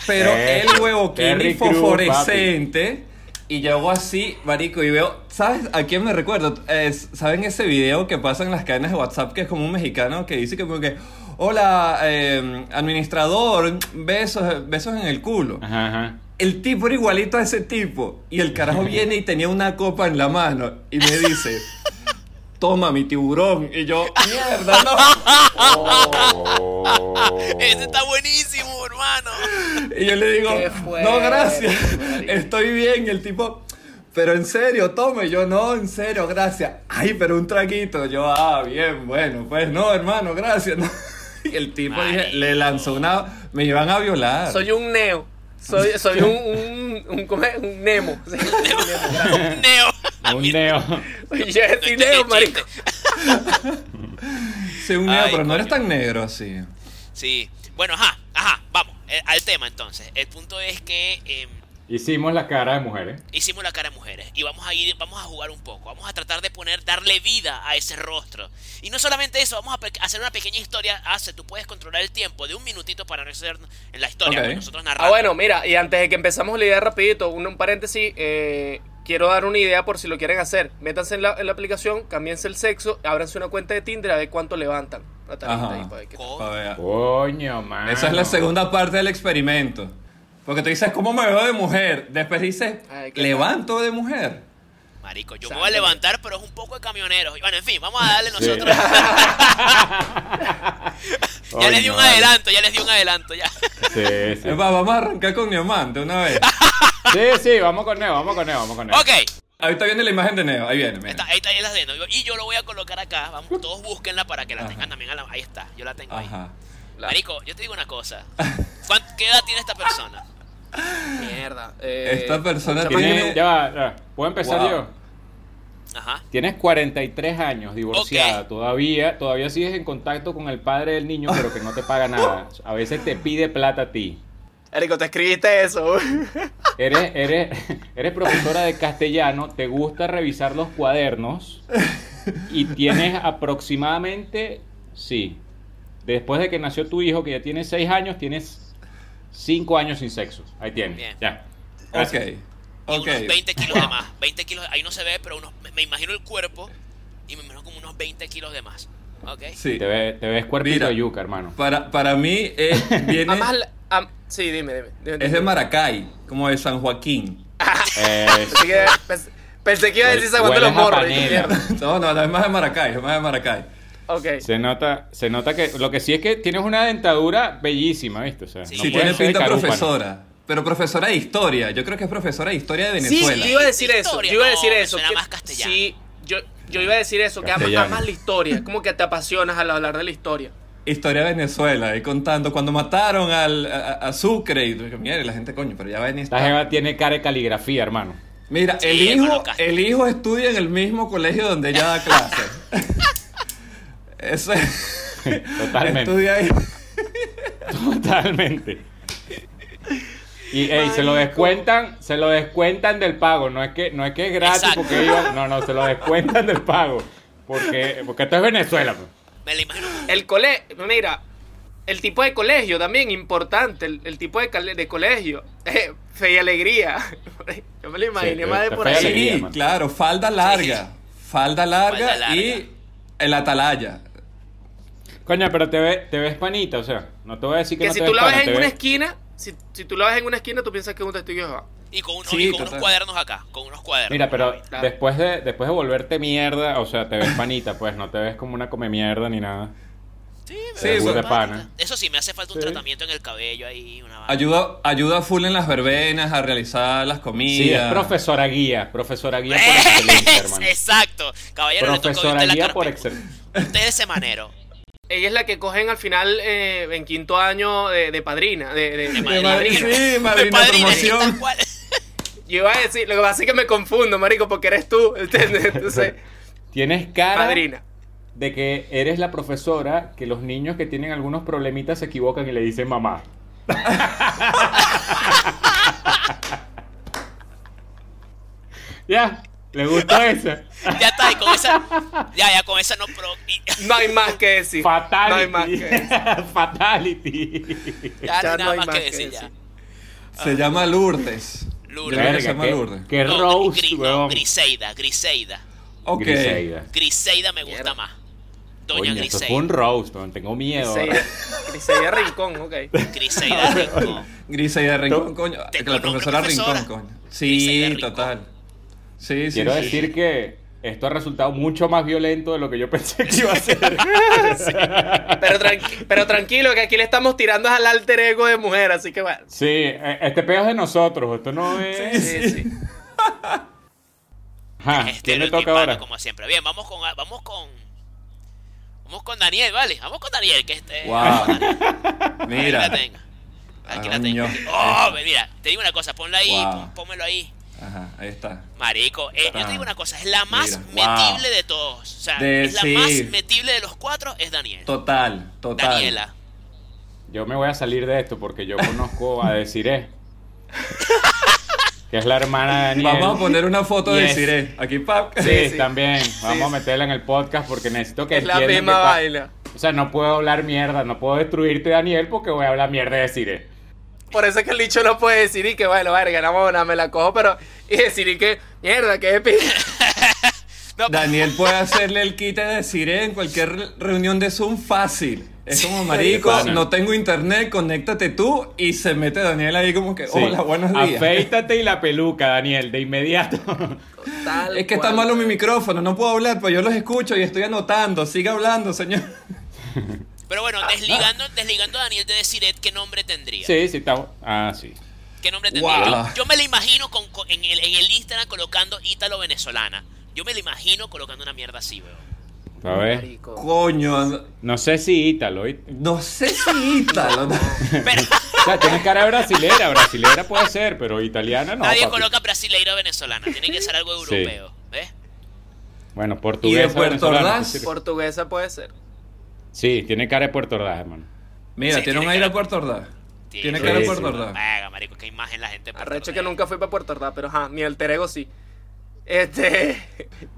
[SPEAKER 2] pero
[SPEAKER 1] Eh,
[SPEAKER 2] el huevo kini
[SPEAKER 1] Terry Crews,
[SPEAKER 2] fosforescente. Y yo hago así, marico, y veo, ¿sabes a quién me recuerdo? Es- ¿Saben ese video que pasa en las cadenas de WhatsApp que es como un mexicano que dice que como que, hola, eh, administrador, besos, besos en el culo?
[SPEAKER 1] Ajá, ajá.
[SPEAKER 2] El tipo era igualito a ese tipo. Y el carajo viene y tenía una copa en la mano. Y me dice, toma mi tiburón. Y yo, mierda, no.
[SPEAKER 3] Ese Este está buenísimo, hermano.
[SPEAKER 2] Y yo le digo,
[SPEAKER 4] Qué fuerte,
[SPEAKER 2] no, gracias.
[SPEAKER 4] marico.
[SPEAKER 2] Estoy bien. Y el tipo, pero en serio, toma. Y yo, no, en serio, gracias. Ay, pero un traguito. Yo, ah, bien, bueno, pues no, hermano, gracias. no. Y el tipo dije,
[SPEAKER 3] Marico.
[SPEAKER 2] le lanzó una... Me iban a violar.
[SPEAKER 4] Soy un neo. Soy, soy un, un, un, ¿cómo es? un nemo. Sí, un nemo, gracias.
[SPEAKER 3] Un neo.
[SPEAKER 1] Un neo.
[SPEAKER 4] Yo soy
[SPEAKER 3] Este es
[SPEAKER 4] neo,
[SPEAKER 3] el
[SPEAKER 4] marico.
[SPEAKER 3] chiste.
[SPEAKER 2] Soy un negro,
[SPEAKER 3] Ay,
[SPEAKER 2] pero no eres
[SPEAKER 3] coño.
[SPEAKER 2] tan negro así.
[SPEAKER 3] Sí. Bueno, ajá, ajá, vamos. eh, al tema entonces. El punto es que eh,
[SPEAKER 1] Hicimos la cara de mujeres.
[SPEAKER 3] hicimos la cara de mujeres y vamos a ir, vamos a jugar un poco. Vamos a tratar de poner, darle vida a ese rostro. Y no solamente eso, vamos a pe- hacer una pequeña historia. Hace, tú puedes controlar el tiempo de un minutito para no ser en la historia.
[SPEAKER 2] Ok.
[SPEAKER 3] pues Nosotros narramos.
[SPEAKER 4] Ah, bueno, mira, y antes de que empezamos la idea rapidito, un, un paréntesis, eh, quiero dar una idea por si lo quieren hacer. Métanse en la, en la aplicación, cámbiense el sexo, ábranse una cuenta de Tinder a ver cuánto levantan. Una tarjeta
[SPEAKER 2] Ajá.
[SPEAKER 4] ahí para ver qué-
[SPEAKER 3] Co-
[SPEAKER 2] Pa' ver.
[SPEAKER 1] Coño, mano.
[SPEAKER 2] Esa es la segunda parte del experimento. Porque tú dices, ¿cómo me veo de mujer? Después dices,
[SPEAKER 4] Ay, qué
[SPEAKER 2] ¿levanto de mujer?
[SPEAKER 3] Marico, yo me
[SPEAKER 4] Exacto.
[SPEAKER 3] voy a levantar, pero es un poco de camioneros. Y Bueno, en fin, vamos a darle
[SPEAKER 1] Sí.
[SPEAKER 3] nosotros. ya les di
[SPEAKER 1] Coño,
[SPEAKER 3] un
[SPEAKER 1] vale.
[SPEAKER 3] adelanto, ya les di un adelanto, ya.
[SPEAKER 1] Sí, sí.
[SPEAKER 2] Epa, vamos a arrancar con Neoman de una vez.
[SPEAKER 1] Sí, sí, vamos con Neo, vamos con Neo, vamos con Neo.
[SPEAKER 3] ok,
[SPEAKER 2] Ahorita viene la imagen de Neo, ahí viene. mira.
[SPEAKER 3] está- ahí está, ahí las de nuevo. Y yo lo voy a colocar acá. Vamos, todos búsquenla para que la tengan también a la. Ahí está, yo la tengo ahí.
[SPEAKER 2] Ajá.
[SPEAKER 3] Marico, yo te digo una cosa. ¿Cuán- ¿Qué edad tiene esta persona?
[SPEAKER 4] Mierda. eh,
[SPEAKER 2] Esta persona
[SPEAKER 4] mucha
[SPEAKER 2] tiene-
[SPEAKER 4] máquina.
[SPEAKER 1] Tiene- ya va, ya va. ¿Puedo empezar
[SPEAKER 2] Wow.
[SPEAKER 1] yo?
[SPEAKER 3] Ajá.
[SPEAKER 1] Tienes 43 años, divorciada,
[SPEAKER 3] Ok.
[SPEAKER 1] todavía, todavía sigues en contacto con el padre del niño, pero que no te paga nada. A veces te pide plata a ti.
[SPEAKER 4] Erico, te escribiste eso.
[SPEAKER 1] Eres, eres, eres profesora de castellano, te gusta revisar los cuadernos y tienes aproximadamente, sí, después de que nació tu hijo, que ya tiene 6 años, tienes 5 años sin sexo. Ahí tienes.
[SPEAKER 3] Bien.
[SPEAKER 1] Ya.
[SPEAKER 2] Ok.
[SPEAKER 1] Gracias.
[SPEAKER 3] Y
[SPEAKER 2] Ok.
[SPEAKER 3] unos 20 kilos de más. 20 kilos, ahí no se ve, pero unos, me, me imagino el cuerpo y me imagino como unos 20 kilos de más. ¿Ok?
[SPEAKER 2] Sí.
[SPEAKER 1] Te, ve- te ves cuerpito
[SPEAKER 2] Mira.
[SPEAKER 1] de yuca, hermano.
[SPEAKER 2] Para, para mí eh, viene,
[SPEAKER 4] Además, la- am- sí, dime, dime. dime,
[SPEAKER 2] es
[SPEAKER 4] dime.
[SPEAKER 2] de Maracay, como de San Joaquín.
[SPEAKER 1] Eh,
[SPEAKER 4] Así que pens- pensé que iba a decir aguanta los
[SPEAKER 1] Hueles a
[SPEAKER 4] morros.
[SPEAKER 1] panela.
[SPEAKER 4] mierda.
[SPEAKER 2] No, no, no, es más de Maracay, es más de Maracay.
[SPEAKER 4] Ok.
[SPEAKER 1] Se nota, se nota que lo que sí es que tienes una dentadura bellísima, ¿viste? O sea,
[SPEAKER 3] Sí,
[SPEAKER 1] no
[SPEAKER 2] sí,
[SPEAKER 1] puede
[SPEAKER 2] tiene
[SPEAKER 1] ser
[SPEAKER 2] pinta
[SPEAKER 1] carúpano.
[SPEAKER 2] profesora. Pero profesora de historia. Yo creo que es profesora de historia de
[SPEAKER 4] Sí,
[SPEAKER 2] Venezuela.
[SPEAKER 4] yo iba a decir eso.
[SPEAKER 3] Historia,
[SPEAKER 4] Yo iba a
[SPEAKER 3] no,
[SPEAKER 4] decir
[SPEAKER 3] me
[SPEAKER 4] eso.
[SPEAKER 3] suena
[SPEAKER 4] que-
[SPEAKER 3] más castellano.
[SPEAKER 4] Sí, yo, yo iba a decir eso, que amas,
[SPEAKER 1] Castellano.
[SPEAKER 4] amas la historia. Es como que te apasionas al hablar de la historia.
[SPEAKER 2] Historia de Venezuela. Y contando cuando mataron al, a, a Sucre. Y yo dije, mira, y la gente, coño, pero ya ven
[SPEAKER 1] Esta jeva tiene cara de caligrafía, hermano.
[SPEAKER 2] Mira,
[SPEAKER 3] Sí,
[SPEAKER 2] el, hijo,
[SPEAKER 3] hermano Castro.
[SPEAKER 2] el hijo estudia en el mismo colegio donde ella da clases. Eso es.
[SPEAKER 1] Totalmente.
[SPEAKER 2] Estudia ahí.
[SPEAKER 1] Totalmente. Y ey, se lo descuentan, se lo descuentan del pago, no es que no es que es gratis
[SPEAKER 3] Exacto.
[SPEAKER 1] porque ellos, no, no, se lo descuentan del pago, porque porque esto es Venezuela. pues.
[SPEAKER 3] Me la imagino.
[SPEAKER 4] El colegio, mira, el tipo de colegio también importante, el, el tipo de, cale- de colegio, eh, fe y alegría. Yo me lo imaginé
[SPEAKER 1] Sí,
[SPEAKER 4] más de
[SPEAKER 1] está
[SPEAKER 4] por
[SPEAKER 1] fe y
[SPEAKER 4] ahí.
[SPEAKER 1] alegría.
[SPEAKER 2] Sí,
[SPEAKER 1] mano.
[SPEAKER 2] claro, falda larga. Falda larga
[SPEAKER 3] Falda larga.
[SPEAKER 2] y el atalaya.
[SPEAKER 1] Coño, pero te ve- te ves panita, o sea, no te voy a decir que,
[SPEAKER 4] Que
[SPEAKER 1] no
[SPEAKER 4] si
[SPEAKER 1] te
[SPEAKER 4] tú
[SPEAKER 1] ves
[SPEAKER 4] la
[SPEAKER 1] pana,
[SPEAKER 4] ves
[SPEAKER 1] te
[SPEAKER 4] en una
[SPEAKER 1] ves-
[SPEAKER 4] esquina, si, si tú la ves en una esquina, tú piensas que es un testigo de Jehová.
[SPEAKER 3] Y con, unos,
[SPEAKER 2] Sí,
[SPEAKER 3] y con unos
[SPEAKER 2] total.
[SPEAKER 3] cuadernos acá, con unos cuadernos.
[SPEAKER 1] Mira, pero
[SPEAKER 4] Claro.
[SPEAKER 1] después de después de volverte mierda, o sea, te ves panita, pues no te ves como una come mierda ni nada.
[SPEAKER 3] Sí, me
[SPEAKER 2] Sí,
[SPEAKER 3] veo
[SPEAKER 2] eso-
[SPEAKER 3] simpática.
[SPEAKER 1] pana.
[SPEAKER 3] Eso sí, me hace falta un tratamiento en el cabello ahí, una vaina.
[SPEAKER 2] Ayuda, ayuda full en las verbenas a realizar las comidas.
[SPEAKER 1] Sí, es profesora guía, profesora guía por excelencia,
[SPEAKER 3] ¡Es!
[SPEAKER 1] hermano.
[SPEAKER 3] Exacto. Caballero,
[SPEAKER 1] Profesora
[SPEAKER 3] le toca a usted
[SPEAKER 1] guía
[SPEAKER 3] la
[SPEAKER 1] por
[SPEAKER 3] carpeta.
[SPEAKER 1] excelencia.
[SPEAKER 3] Usted es semanero.
[SPEAKER 4] Ella es la que cogen al final eh, en quinto año de, de padrina. De, de-
[SPEAKER 3] De
[SPEAKER 4] de
[SPEAKER 2] madrina.
[SPEAKER 4] madrina.
[SPEAKER 3] madrino.
[SPEAKER 2] sí, madrina
[SPEAKER 3] De padrino, sí,
[SPEAKER 2] promoción.
[SPEAKER 3] tal cual.
[SPEAKER 4] Yo iba a decir, lo que pasa es que me confundo, marico, porque eres tú, ¿entiendes? Entonces,
[SPEAKER 1] Tienes cara
[SPEAKER 4] padrina.
[SPEAKER 1] de que eres la profesora que los niños que tienen algunos problemitas se equivocan y le dicen mamá. ya, le gustó esa.
[SPEAKER 3] Ya está, y con esa. Ya, ya, con esa no. Pro, y-
[SPEAKER 4] No hay más que decir. No hay más que
[SPEAKER 1] Fatality.
[SPEAKER 4] decir.
[SPEAKER 1] Fatality.
[SPEAKER 3] ya,
[SPEAKER 4] Ya
[SPEAKER 3] no hay nada más, que decir. ya.
[SPEAKER 2] Se llama Lourdes.
[SPEAKER 3] Lourdes.
[SPEAKER 2] Yo creo que se
[SPEAKER 1] Verga,
[SPEAKER 2] llama
[SPEAKER 1] qué-
[SPEAKER 2] Lourdes.
[SPEAKER 1] qué
[SPEAKER 3] No,
[SPEAKER 1] roast,
[SPEAKER 3] Gri- no,
[SPEAKER 1] weón.
[SPEAKER 3] Griseida, Griseida.
[SPEAKER 2] Ok.
[SPEAKER 1] Griseida.
[SPEAKER 3] Griseida me gusta
[SPEAKER 4] Mierda.
[SPEAKER 3] más. Doña
[SPEAKER 1] Coño, esto
[SPEAKER 3] Griseida.
[SPEAKER 1] fue un roast, weón, tengo miedo.
[SPEAKER 4] Griseida, Griseida Rincón, ok.
[SPEAKER 3] Griseida Rincón.
[SPEAKER 2] Griseida Rincón,
[SPEAKER 1] Tú-
[SPEAKER 2] coño.
[SPEAKER 3] Tengo
[SPEAKER 2] Que la
[SPEAKER 3] nombre
[SPEAKER 2] profesora
[SPEAKER 3] profesora.
[SPEAKER 2] Rincón, coño.
[SPEAKER 3] Griseida
[SPEAKER 2] Sí,
[SPEAKER 3] Rincón.
[SPEAKER 2] total. Sí, sí.
[SPEAKER 1] Quiero
[SPEAKER 2] sí,
[SPEAKER 1] decir
[SPEAKER 2] sí.
[SPEAKER 1] que esto ha resultado mucho más violento de lo que yo pensé que iba a ser.
[SPEAKER 4] Pero, tranqui- pero tranquilo, que aquí le estamos tirando al alter ego de mujer, así que bueno.
[SPEAKER 1] Sí, eh, este pedo es de nosotros, esto no es...
[SPEAKER 4] Sí, sí.
[SPEAKER 1] Ajá, Ah, ¿Quién le toca
[SPEAKER 3] Estereotipando,
[SPEAKER 1] ahora?
[SPEAKER 3] como siempre. Bien, vamos con. Vamos con. Vamos con Daniel, ¿vale? Vamos con Daniel, que este.
[SPEAKER 2] Wow.
[SPEAKER 3] Aquí
[SPEAKER 2] Mira.
[SPEAKER 3] la tengo. Aquí
[SPEAKER 1] Ah,
[SPEAKER 3] la tengo.
[SPEAKER 2] Coño.
[SPEAKER 3] Oh, mira, te digo una cosa, ponla ahí,
[SPEAKER 2] Wow.
[SPEAKER 3] pon- pónmelo ahí.
[SPEAKER 2] Ajá, ahí está.
[SPEAKER 3] Marico, eh, yo te digo una cosa, es la más
[SPEAKER 2] Mira, wow.
[SPEAKER 3] metible de todos. O sea,
[SPEAKER 2] De-
[SPEAKER 3] es la
[SPEAKER 2] sí.
[SPEAKER 3] más metible de los cuatro, es Daniel.
[SPEAKER 2] Total, total.
[SPEAKER 3] Daniela.
[SPEAKER 1] Yo me voy a salir de esto porque yo conozco a Desiree, que es la hermana de Daniel.
[SPEAKER 2] Vamos a poner una foto de
[SPEAKER 1] Yes.
[SPEAKER 2] Cire. Aquí, pap.
[SPEAKER 1] Sí,
[SPEAKER 4] Sí, sí.
[SPEAKER 1] también. Vamos
[SPEAKER 4] sí.
[SPEAKER 1] a meterla en el podcast porque necesito que
[SPEAKER 4] Es la
[SPEAKER 1] entiendan
[SPEAKER 4] misma
[SPEAKER 1] que pa-
[SPEAKER 4] vaina.
[SPEAKER 1] O sea, no puedo hablar mierda, no puedo destruirte, Daniel, porque voy a hablar mierda de Desiree.
[SPEAKER 4] Por eso es que el dicho no puede decir y que bueno, verga, no, bueno, me la cojo, pero. Y decir y que, mierda, que de pinga.
[SPEAKER 3] No,
[SPEAKER 2] Daniel puede hacerle el quite de Cire en cualquier re- reunión de Zoom fácil. Es como, marico,
[SPEAKER 1] pana.
[SPEAKER 2] no tengo internet, conéctate tú. Y se mete Daniel ahí como que,
[SPEAKER 1] Sí.
[SPEAKER 2] hola, buenos días.
[SPEAKER 1] Afeítate y la peluca, Daniel, de inmediato.
[SPEAKER 4] Tal
[SPEAKER 2] Es que está
[SPEAKER 4] cual.
[SPEAKER 2] malo mi micrófono, no puedo hablar, pero yo los escucho y estoy anotando. Siga hablando, señor.
[SPEAKER 3] Pero bueno, desligando, desligando a Daniel de Desiret, ¿qué nombre tendría?
[SPEAKER 1] Ah, sí, sí, estamos. Ah, sí.
[SPEAKER 3] ¿Qué nombre tendría?
[SPEAKER 2] Guau.
[SPEAKER 3] Yo, yo me la imagino con, con- en, el, en el Instagram colocando Ítalo Venezolana. Yo me la imagino colocando una mierda así, weón.
[SPEAKER 1] A ver.
[SPEAKER 4] Marico.
[SPEAKER 2] Coño,
[SPEAKER 1] No sé si Ítalo, ¿oíste?
[SPEAKER 2] no sé si Ítalo. ¿no?
[SPEAKER 3] Pero
[SPEAKER 1] O sea, tienes cara de brasilera, brasilera puede ser, pero italiana no.
[SPEAKER 3] nadie
[SPEAKER 1] papi.
[SPEAKER 3] coloca brasileira venezolana. Tiene que ser algo europeo, ¿ves?
[SPEAKER 1] Bueno,
[SPEAKER 2] Y
[SPEAKER 1] portuguesa.
[SPEAKER 2] de Puerto
[SPEAKER 1] venezolana,
[SPEAKER 2] Ordaz.
[SPEAKER 1] sí sirve.
[SPEAKER 4] Portuguesa puede ser.
[SPEAKER 1] Sí, tiene cara de Puerto Ordaz, hermano.
[SPEAKER 2] Mira,
[SPEAKER 3] Sí,
[SPEAKER 2] tiene un
[SPEAKER 3] tiene
[SPEAKER 2] aire
[SPEAKER 3] cara-
[SPEAKER 2] a Puerto Ordaz.
[SPEAKER 3] Sí,
[SPEAKER 2] Tiene
[SPEAKER 3] sí,
[SPEAKER 2] cara de
[SPEAKER 1] sí,
[SPEAKER 2] Puerto
[SPEAKER 1] sí.
[SPEAKER 2] Ordaz.
[SPEAKER 3] Venga, marico, qué imagen la gente. de Puerto
[SPEAKER 4] Arrecho que
[SPEAKER 3] Ordaz.
[SPEAKER 4] nunca fui para Puerto Ordaz, pero ajá, mi alter ego sí. Este.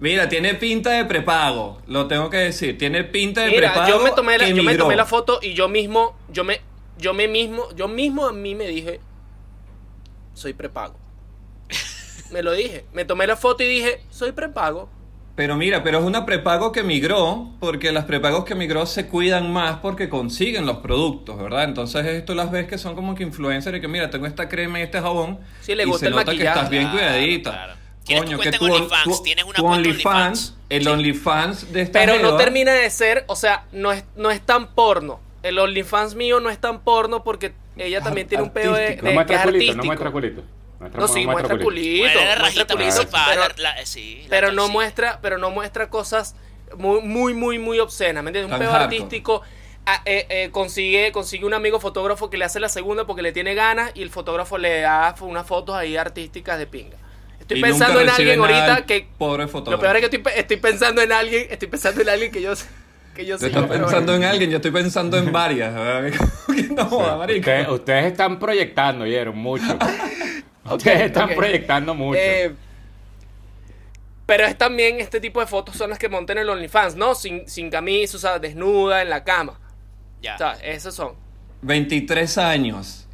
[SPEAKER 2] Mira, tiene pinta de prepago, lo tengo que decir. Tiene pinta de
[SPEAKER 4] Mira,
[SPEAKER 2] prepago.
[SPEAKER 4] yo me tomé la,
[SPEAKER 2] que
[SPEAKER 4] yo me
[SPEAKER 2] migró.
[SPEAKER 4] tomé la foto y yo mismo, yo me, yo me mismo, yo mismo a mí me dije, soy prepago. me lo dije. Me tomé la foto y dije, soy prepago.
[SPEAKER 2] Pero mira, pero es una prepago que migró, porque las prepagos que migró se cuidan más porque consiguen los productos, ¿verdad? Entonces esto las ves que son como que influencers y que mira, tengo esta crema y este jabón
[SPEAKER 4] Sí, le
[SPEAKER 2] y
[SPEAKER 4] gusta
[SPEAKER 2] se
[SPEAKER 4] el
[SPEAKER 2] nota que
[SPEAKER 4] maquillaje.
[SPEAKER 2] estás bien
[SPEAKER 3] Claro,
[SPEAKER 2] cuidadita.
[SPEAKER 3] claro. Tienes tu
[SPEAKER 2] Coño,
[SPEAKER 3] cuenta
[SPEAKER 2] que
[SPEAKER 3] en
[SPEAKER 2] tu,
[SPEAKER 3] OnlyFans,
[SPEAKER 2] tu-
[SPEAKER 3] tienes una
[SPEAKER 2] tu
[SPEAKER 3] cuenta en
[SPEAKER 2] OnlyFans,
[SPEAKER 3] OnlyFans.
[SPEAKER 2] el
[SPEAKER 3] Sí.
[SPEAKER 2] OnlyFans de esta
[SPEAKER 4] Pero no
[SPEAKER 2] jeva-
[SPEAKER 4] termina de ser, o sea, no es, no es tan porno. El OnlyFans mío no es tan porno porque ella también tiene un pedo de,
[SPEAKER 2] Artístico.
[SPEAKER 1] No
[SPEAKER 4] de que es
[SPEAKER 1] muestra culito, no
[SPEAKER 4] artístico.
[SPEAKER 1] muestra culito.
[SPEAKER 4] No, sí, muestra culito.
[SPEAKER 3] Bueno, la
[SPEAKER 4] muestra
[SPEAKER 3] rajita, pero
[SPEAKER 4] culito,
[SPEAKER 3] eso pa-
[SPEAKER 4] pero-
[SPEAKER 3] la- la- eh, sí, la
[SPEAKER 4] pero no
[SPEAKER 3] torcida.
[SPEAKER 4] muestra pero no muestra cosas muy muy muy muy obscenas ¿me entiendes? un
[SPEAKER 2] Tan
[SPEAKER 4] pedo
[SPEAKER 2] hardcore.
[SPEAKER 4] artístico ah, eh, eh, consigue consigue un amigo fotógrafo que le hace la segunda porque le tiene ganas y el fotógrafo le da fo- unas fotos ahí artísticas de pinga estoy
[SPEAKER 2] Y nunca
[SPEAKER 4] pensando en
[SPEAKER 2] recibe
[SPEAKER 4] alguien
[SPEAKER 2] nada
[SPEAKER 4] ahorita
[SPEAKER 2] el
[SPEAKER 4] que
[SPEAKER 2] Pobre
[SPEAKER 4] lo
[SPEAKER 2] fotógrafo.
[SPEAKER 4] peor es que estoy, pe- estoy pensando en alguien estoy pensando en alguien que yo que yo
[SPEAKER 2] Yo
[SPEAKER 4] sé
[SPEAKER 2] estoy
[SPEAKER 4] pero
[SPEAKER 2] pensando
[SPEAKER 4] bueno.
[SPEAKER 2] en alguien, yo estoy pensando en varias. ¿verdad? Que no joda, marico.
[SPEAKER 1] Ustedes, ustedes están proyectando, oyeron, mucho. ustedes están
[SPEAKER 4] ok.
[SPEAKER 1] proyectando mucho.
[SPEAKER 4] Eh, pero es también este tipo de fotos son las que montan el OnlyFans, ¿no? Sin, sin camisa, o sea, desnuda, en la cama.
[SPEAKER 3] Ya.
[SPEAKER 4] O sea, esos son.
[SPEAKER 2] 23 años.